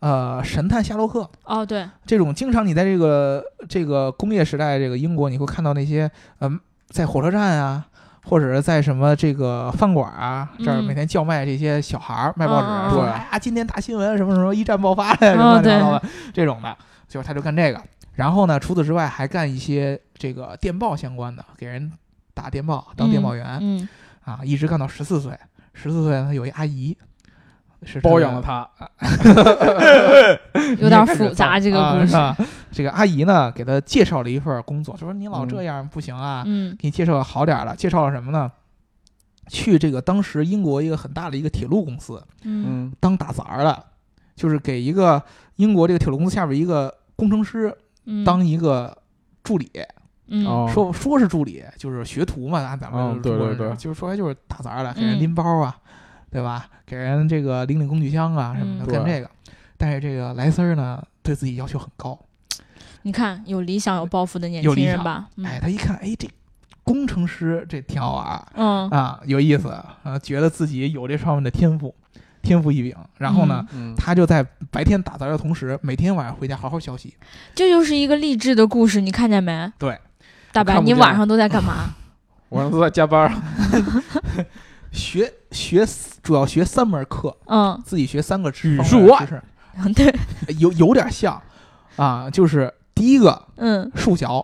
Speaker 2: 呃，神探夏洛克
Speaker 1: 哦对，
Speaker 2: 这种，经常你在这个这个工业时代这个英国，你会看到那些，嗯、在火车站啊。或者是在什么这个饭馆啊，这儿
Speaker 1: 嗯
Speaker 2: 每天叫卖这些小孩儿卖报纸，
Speaker 1: 嗯嗯嗯
Speaker 2: 说
Speaker 3: 对
Speaker 2: 哎呀，今天大新闻什么什么一战爆发
Speaker 1: 啊
Speaker 2: 了，什么乱七八糟的这种的，就是他就干这个。然后呢，除此之外还干一些这个电报相关的，给人打电报当电报员，
Speaker 1: 嗯，
Speaker 2: 啊，一直干到十四岁。十四岁呢，有一阿姨是
Speaker 3: 包养了
Speaker 2: 他
Speaker 3: 他，
Speaker 1: 嗯有点复杂这个故事。
Speaker 2: 啊。这个阿姨呢，给他介绍了一份工作，就说你老
Speaker 3: 嗯
Speaker 2: 这样不行啊，
Speaker 1: 嗯
Speaker 2: 给你介绍个好点儿的。介绍了什么呢？去这个当时英国一个很大的一个铁路公司
Speaker 1: 嗯
Speaker 3: 嗯，
Speaker 2: 当打杂儿的，就是给一个英国这个铁路公司下边一个工程师
Speaker 1: 嗯，
Speaker 2: 当一个助理，
Speaker 1: 嗯
Speaker 3: 哦，
Speaker 2: 说说是助理，就是学徒嘛，按咱们
Speaker 3: 嗯
Speaker 2: 就是说
Speaker 3: 对
Speaker 2: 是
Speaker 3: 对对
Speaker 2: 就是说白就是打杂儿的，给
Speaker 1: 嗯
Speaker 2: 人拎包啊，对吧？给人这个拎拎工具箱啊什么的，
Speaker 1: 嗯
Speaker 2: 干
Speaker 3: 对
Speaker 2: 这个。但是这个莱斯儿呢，对自己要求很高，
Speaker 1: 你看有理想有抱负的年
Speaker 2: 有
Speaker 1: 轻
Speaker 2: 理
Speaker 1: 人
Speaker 2: 想
Speaker 1: 吧？嗯
Speaker 2: 哎，他一看，哎，这工程师这挺好玩儿
Speaker 1: 嗯
Speaker 2: 啊，有意思啊，觉得自己有这方面的天赋，天赋异禀。然后呢，
Speaker 3: 嗯，
Speaker 2: 他就在白天打杂儿的同时，每天晚上回家好好休息。
Speaker 1: 这就是一个励志的故事，你看见没？
Speaker 2: 对，
Speaker 1: 大
Speaker 3: 我
Speaker 1: 白，
Speaker 3: 看不
Speaker 1: 你
Speaker 3: 见
Speaker 1: 晚上都在干嘛？
Speaker 3: 晚上都在加班，
Speaker 2: 学学主要学三门课，
Speaker 1: 嗯，
Speaker 2: 自己学三个知
Speaker 3: 语
Speaker 2: 方
Speaker 3: 数
Speaker 2: 面的
Speaker 3: 外
Speaker 2: 知识
Speaker 1: 对，
Speaker 2: 有有点像啊，就是第一个
Speaker 1: 嗯，
Speaker 2: 数小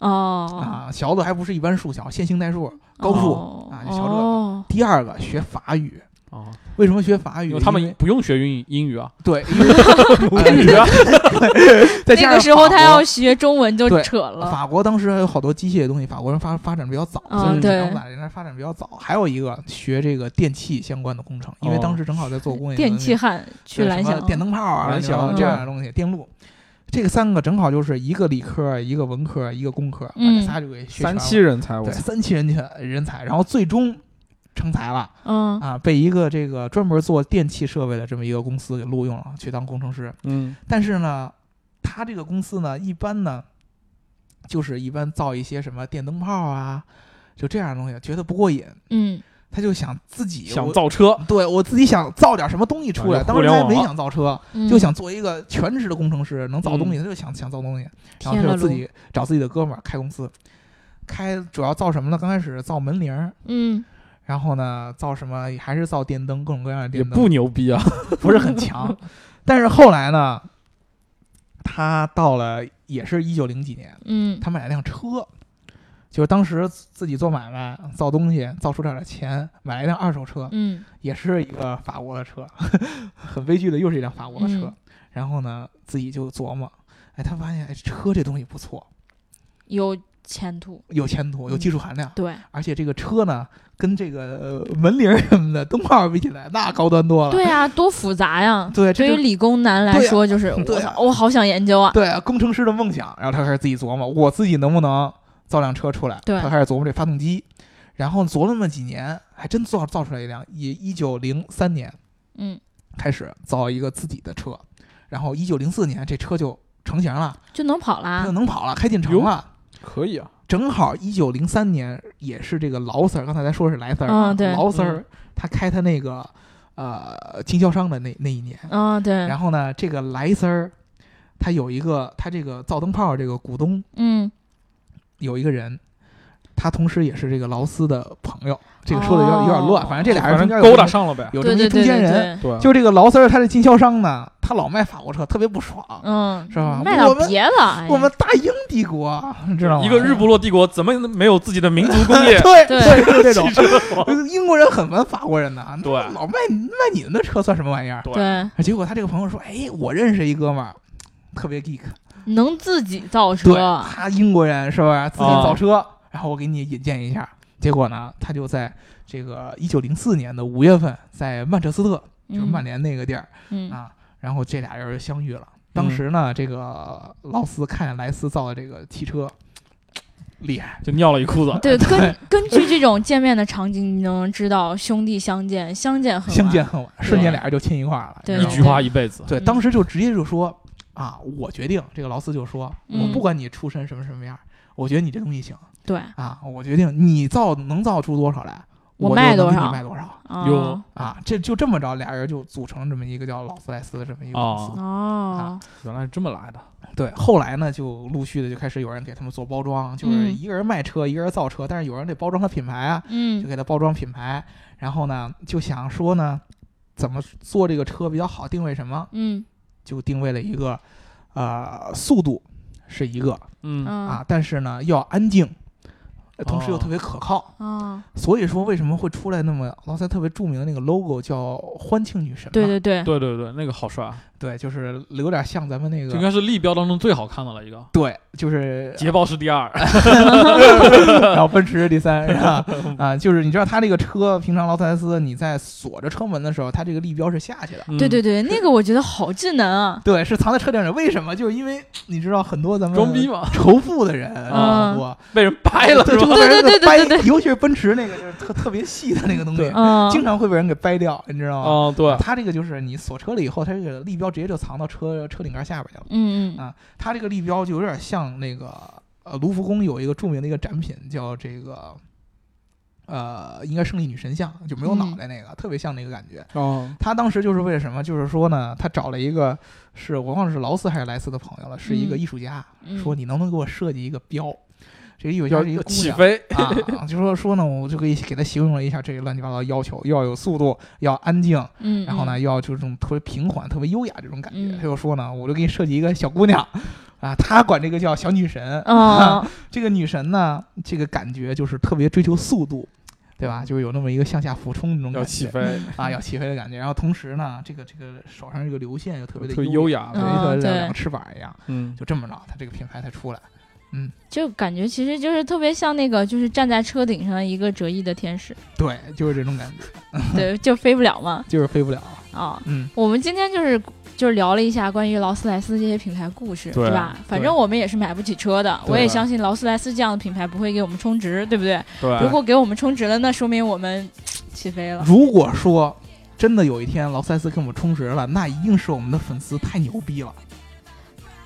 Speaker 1: 哦，
Speaker 2: 啊，小的还不是一般数小，线性代数。高数
Speaker 1: 哦
Speaker 2: 啊就小这个
Speaker 1: 哦，
Speaker 2: 第二个学法语，
Speaker 3: 哦，
Speaker 2: 为什么学法
Speaker 3: 因
Speaker 2: 语？
Speaker 3: 为他
Speaker 2: 因为
Speaker 3: 们不用学英语英语啊，
Speaker 2: 对， 因为
Speaker 3: 英语啊，
Speaker 2: 再
Speaker 1: 那
Speaker 2: 加
Speaker 1: 个
Speaker 2: 上
Speaker 1: 时候
Speaker 2: 法
Speaker 1: 他
Speaker 2: 国
Speaker 1: 要学中文就
Speaker 2: 对
Speaker 1: 扯了。
Speaker 2: 法国当时还有好多机械的东西，法国人发发展比较早，
Speaker 1: 啊
Speaker 2: 所以
Speaker 1: 对
Speaker 2: 想法人家发展比较早。还有一个学这个电器相关的工程，因为
Speaker 3: 哦
Speaker 2: 当时正好在做工业革
Speaker 1: 电
Speaker 2: 命
Speaker 1: 气汉去
Speaker 2: 对
Speaker 1: 蓝
Speaker 2: 什么
Speaker 1: 翔，
Speaker 2: 电灯泡啊、
Speaker 3: 蓝
Speaker 2: 什么
Speaker 3: 翔
Speaker 1: 嗯
Speaker 2: 这样的东西，电路。这个三个正好就是一个理科，一个文科，一个工科，把
Speaker 1: 嗯
Speaker 2: 这仨就给学全
Speaker 4: 三
Speaker 2: 了
Speaker 4: 期人才，我
Speaker 2: 对
Speaker 4: 操
Speaker 2: 啊三期人才人才，然后最终成才了
Speaker 1: 嗯
Speaker 2: 啊，被一个这个专门做电气设备的这么一个公司给录用了，去当工程师。
Speaker 4: 嗯
Speaker 2: 但是呢，他这个公司呢，一般呢，就是一般造一些什么电灯泡啊，就这样的东西，觉得不过瘾，
Speaker 1: 嗯
Speaker 2: 他就想自己
Speaker 3: 想
Speaker 2: 我
Speaker 3: 造车，
Speaker 2: 对我自己想造点什么东西出来，
Speaker 3: 啊有
Speaker 2: 当
Speaker 3: 互
Speaker 2: 时
Speaker 3: 联
Speaker 2: 他
Speaker 3: 网
Speaker 2: 没
Speaker 3: 了
Speaker 2: 想造车，
Speaker 1: 嗯，
Speaker 2: 就想做一个全职的工程师，能造东西，
Speaker 3: 嗯
Speaker 2: 他就想想造东西，然后
Speaker 1: 嗯天
Speaker 2: 他
Speaker 1: 了
Speaker 2: 就
Speaker 1: 噜
Speaker 2: 自己找自己的哥们儿开公司，开主要造什么呢？刚开始造门铃儿，
Speaker 1: 嗯
Speaker 2: 然后呢造什么还是造电灯，各种各样的
Speaker 3: 也
Speaker 2: 电
Speaker 3: 不
Speaker 2: 灯，
Speaker 3: 牛逼啊。
Speaker 2: 不不是很强，但是后来呢，他到了也是一九零几年，
Speaker 1: 嗯
Speaker 2: 他买了辆车。就是当时自己做买卖、造东西，造出点儿钱，买了一辆二手车，
Speaker 1: 嗯
Speaker 2: 也是一个法国的车， 很悲剧的，又是一辆法国的车。
Speaker 1: 嗯
Speaker 2: 然后呢，自己就琢磨，哎，他发现哎，车这东西不错，
Speaker 1: 有前途，
Speaker 2: 有前途，有技
Speaker 1: 嗯
Speaker 2: 术含量，
Speaker 1: 对
Speaker 2: 而且这个车呢，跟这个呃门铃儿什么的灯泡比起来，那高端多了。
Speaker 1: 对啊，多复杂呀！
Speaker 2: 对这
Speaker 1: 对于
Speaker 2: 就
Speaker 1: 理工男来
Speaker 2: 对啊
Speaker 1: 说，就是我
Speaker 2: 对
Speaker 1: 操
Speaker 2: 啊，
Speaker 1: 我好想研究啊。
Speaker 2: 对工程师的梦想。然后他开始自己琢磨，我自己能不能造辆车出来？
Speaker 1: 对
Speaker 2: 他开始琢磨这发动机。然后琢磨了几年，还真造造出来一辆，也一九零三年
Speaker 1: 嗯，
Speaker 2: 开始造一个自己的车，然后一九零四年这车就成型了，
Speaker 1: 就能跑
Speaker 2: 它
Speaker 1: 啦
Speaker 2: 就。能跑了，开进城
Speaker 4: 哟
Speaker 2: 了。
Speaker 4: 可以啊，
Speaker 2: 正好一九零三年也是这个劳 Sir，刚才咱说是莱 Sir，、啊
Speaker 1: 嗯对
Speaker 2: 劳 Sir、
Speaker 4: 嗯
Speaker 2: 他开他那个呃经销商的那那一年，
Speaker 1: 嗯，对，
Speaker 2: 然后呢，这个莱 Sir 他有一个他这个造灯泡这个股东
Speaker 1: 嗯，
Speaker 2: 有一个人。他同时也是这个劳斯的朋友，这个说的有点、有点乱，
Speaker 1: 哦
Speaker 2: 反正这俩人
Speaker 4: 反
Speaker 2: 中
Speaker 4: 正
Speaker 2: 间有
Speaker 4: 勾
Speaker 2: 一
Speaker 4: 搭
Speaker 2: 个
Speaker 4: 上了呗。
Speaker 2: 有这
Speaker 1: 对对
Speaker 2: 么一中
Speaker 1: 对
Speaker 2: 间
Speaker 1: 对
Speaker 2: 人。
Speaker 1: 对，
Speaker 4: 对，
Speaker 2: 就这个劳 Sir 他的经销商呢，他老卖法国车，特别不爽。
Speaker 1: 嗯，
Speaker 2: 是吧
Speaker 1: 卖到
Speaker 2: 我们
Speaker 1: 别的，哎
Speaker 2: 我们大英帝国，你知道吗？
Speaker 3: 一个 日不落帝国怎么没有自己的民族工业？
Speaker 2: 对
Speaker 1: 对
Speaker 2: 对， 就是这种
Speaker 3: 汽。车王
Speaker 2: 英国人很玩法国人呐，
Speaker 3: 对
Speaker 2: 那老卖卖你们的车算什么玩意儿？
Speaker 1: 对
Speaker 2: 结果他这个朋友说，哎，我认识一哥们儿，特别 geek，
Speaker 1: 能自己造车，
Speaker 2: 对，
Speaker 1: 哦
Speaker 2: 他英国人是吧？自己造车，然后我给你引荐一下。结果呢，他就在这个一九零四年的五月份，在曼彻斯特，就是
Speaker 1: 嗯
Speaker 2: 曼联那个地儿、
Speaker 1: 嗯
Speaker 2: 啊，然后这俩人就相遇了。当
Speaker 4: 嗯
Speaker 2: 时呢，这个劳斯看见莱斯造的这个汽车厉害，
Speaker 3: 就尿了一裤 子。
Speaker 1: 对，根根据这种见面的场景，你能知道兄弟相见，相见恨晚，
Speaker 2: 相见恨晚，瞬
Speaker 1: 对
Speaker 2: 间俩人就亲一块儿了，
Speaker 1: 对
Speaker 2: 你
Speaker 3: 一
Speaker 2: 知道吗
Speaker 3: 菊花一辈子。
Speaker 2: 对，
Speaker 1: 嗯
Speaker 2: 当时就直接就说啊，我决定。这个劳斯就说，我
Speaker 1: 嗯
Speaker 2: 不管你出身什么什么样儿，我觉得你这东西行
Speaker 1: 对，
Speaker 2: 啊，我决定你造能造出多少来，
Speaker 1: 我
Speaker 2: 我就
Speaker 1: 卖
Speaker 2: 能
Speaker 1: 多
Speaker 2: 给你
Speaker 1: 少
Speaker 2: 卖多少
Speaker 1: 哦
Speaker 3: 有
Speaker 2: 啊。这就这么着，俩人就组成了这么一个叫劳斯莱斯的这么一个公司。
Speaker 3: 哦，
Speaker 2: 啊
Speaker 1: 哦，
Speaker 4: 原来是这么来的，
Speaker 2: 对，后来呢，就陆续的就开始有人给他们做包装，就是
Speaker 1: 嗯
Speaker 2: 一个人卖车，一个人造车，但是有人得包装他品牌啊，就
Speaker 1: 嗯
Speaker 2: 给他包装品牌。然后呢，就想说呢，怎么做这个车比较好，定位什么？
Speaker 1: 嗯
Speaker 2: 就定位了一个，呃，速度是一个
Speaker 3: 嗯，
Speaker 1: 嗯
Speaker 2: 啊，但是呢要安静，呃同时又
Speaker 3: 哦
Speaker 2: 特别可靠。
Speaker 1: 哦，
Speaker 2: 所以说为什么会出来那么劳斯莱斯特别著名的那个 logo 叫欢庆女神嘛？
Speaker 1: 对对对，
Speaker 3: 对对对，那个好帅啊，
Speaker 2: 对就是有点像咱们那
Speaker 3: 这应
Speaker 2: 个。
Speaker 3: 该是立标当中最好看的了一个。
Speaker 2: 对， 就是，
Speaker 3: 捷豹是第二，
Speaker 2: 然后奔驰是第三，是吧？啊，就是你知道它这个车，平常劳斯莱斯你在锁着车门的时候，它这个立标是下去的，
Speaker 3: 嗯
Speaker 1: 对对对，那个我觉得好智能啊，
Speaker 2: 对，是藏在车顶上。为什么？就是因为你知道很多咱
Speaker 3: 嗯，
Speaker 2: 们
Speaker 3: 装逼嘛，
Speaker 2: 仇富的人，啊很多
Speaker 3: 被人掰了
Speaker 2: 对，
Speaker 3: 是
Speaker 2: 就
Speaker 3: 吧？
Speaker 2: 会被人
Speaker 1: 嗯对对
Speaker 2: 给
Speaker 1: 对
Speaker 2: 掰
Speaker 1: 对对，
Speaker 2: 尤其是奔驰那个就是特特别细的那个东西
Speaker 3: 对，
Speaker 1: 嗯，
Speaker 2: 经常会被人给掰掉，你知道吗？
Speaker 3: 啊，对，
Speaker 2: 它这个就是你锁车了以后，它这个立标直接就藏到车车顶盖下边去了。
Speaker 1: 嗯嗯
Speaker 2: 啊它这个立标就有点像那个呃卢浮宫有一个著名的一个展品叫这个。呃，应该胜利女神像就没有脑袋那个，特别像那个感觉。
Speaker 4: 哦，
Speaker 2: 他当时就是为了什么？就是说呢，他找了一个是我忘了是劳斯还是莱斯的朋友了，是一个
Speaker 1: 嗯
Speaker 2: 艺术家，
Speaker 1: 嗯，
Speaker 2: 说你能不能给我设计一个标？这个艺术家
Speaker 3: 要
Speaker 2: 是一个姑
Speaker 3: 起
Speaker 2: 娘，
Speaker 3: 飞，
Speaker 2: 啊， 就说说呢，我就可以给他形容了一下这个乱七八糟的要求，又要有速度，要安静，
Speaker 1: 嗯，
Speaker 2: 然后呢，又要就这种特别平缓、特别优雅这种感觉。
Speaker 1: 嗯
Speaker 2: 他又说呢，我就给你设计一个小姑娘，啊，他管这个叫小女神。
Speaker 1: 嗯，哦，
Speaker 2: 这个女神呢，这个感觉就是特别追求速度，
Speaker 1: 嗯
Speaker 2: 对吧？就是有那么一个向下俯冲那种
Speaker 3: 要
Speaker 2: 感
Speaker 3: 起
Speaker 2: 觉
Speaker 3: 飞，
Speaker 2: 啊，要起飞的感觉。然后同时呢，这个这个手上这个流线又特别
Speaker 4: 特
Speaker 2: 的
Speaker 4: 别优
Speaker 2: 雅，
Speaker 4: 雅
Speaker 2: 等
Speaker 4: 的，
Speaker 2: 于说
Speaker 1: 嗯
Speaker 2: 像
Speaker 1: 对
Speaker 2: 两个翅膀一样。
Speaker 4: 嗯，
Speaker 2: 就这么着，他这个品牌才出来。
Speaker 1: 就感觉其实就是特别像那个，就是站在车顶上一个折翼的天 使，
Speaker 2: 对，就是这种感觉，
Speaker 1: 对，就飞不了嘛，
Speaker 2: 就是飞不了。
Speaker 1: 啊，
Speaker 2: 嗯
Speaker 1: 我们今天就是就是聊了一下关于劳斯莱斯这些品牌故事，
Speaker 3: 对
Speaker 1: 对吧？反正我们也是买不起车的，
Speaker 3: 对
Speaker 1: 我也相信劳斯莱斯这样的品牌不会给我们充值，对不对？
Speaker 3: 对，
Speaker 1: 如果给我们充值了，那说明我们 嘖起飞了。
Speaker 2: 如果说真的有一天劳斯莱斯给我们充值了，那一定是我们的粉丝太牛逼了，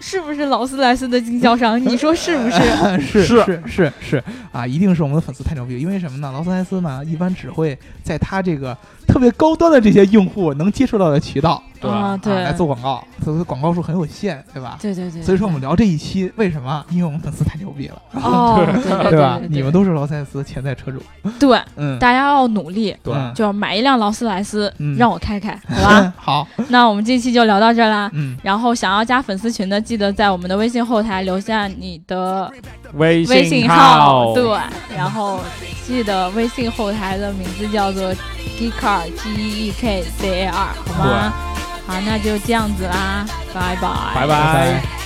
Speaker 1: 是不是劳斯莱斯的经销商？你说是 不是？
Speaker 2: 是
Speaker 3: 是
Speaker 2: 是是是啊，一定是我们的粉丝太牛逼了，因为什么呢？劳斯莱斯呢，一般只会在他这个特别高端的这些用户能接触到的渠道
Speaker 3: 对
Speaker 1: 啊，
Speaker 2: 啊
Speaker 1: 对
Speaker 2: 来，做广告，所以广告数很有限，对吧？
Speaker 1: 对对对。
Speaker 2: 所以说我们聊这一期为什么？因为我们粉丝太牛逼了，
Speaker 1: 哦，对对对
Speaker 2: 对吧？
Speaker 1: 对
Speaker 2: 你们都是劳斯莱斯潜在车主，
Speaker 1: 对，
Speaker 2: 嗯，
Speaker 1: 大家要努力，
Speaker 3: 对
Speaker 2: 嗯
Speaker 1: 就要买一辆劳斯莱斯，
Speaker 2: 嗯
Speaker 1: 让我开开，好 吧？
Speaker 2: 好，
Speaker 1: 那我们这期就聊到这儿啦。
Speaker 2: 嗯，
Speaker 1: 然后想要加粉丝群的，记得在我们的微信后台留下你的
Speaker 3: 微
Speaker 1: 微信
Speaker 3: 信
Speaker 1: 号，对，然后记得微信后台的名字叫做 Geekcar G E E K C A R，好吗？好，那就这样子啦，拜拜，
Speaker 2: 拜
Speaker 3: 拜拜
Speaker 2: 拜。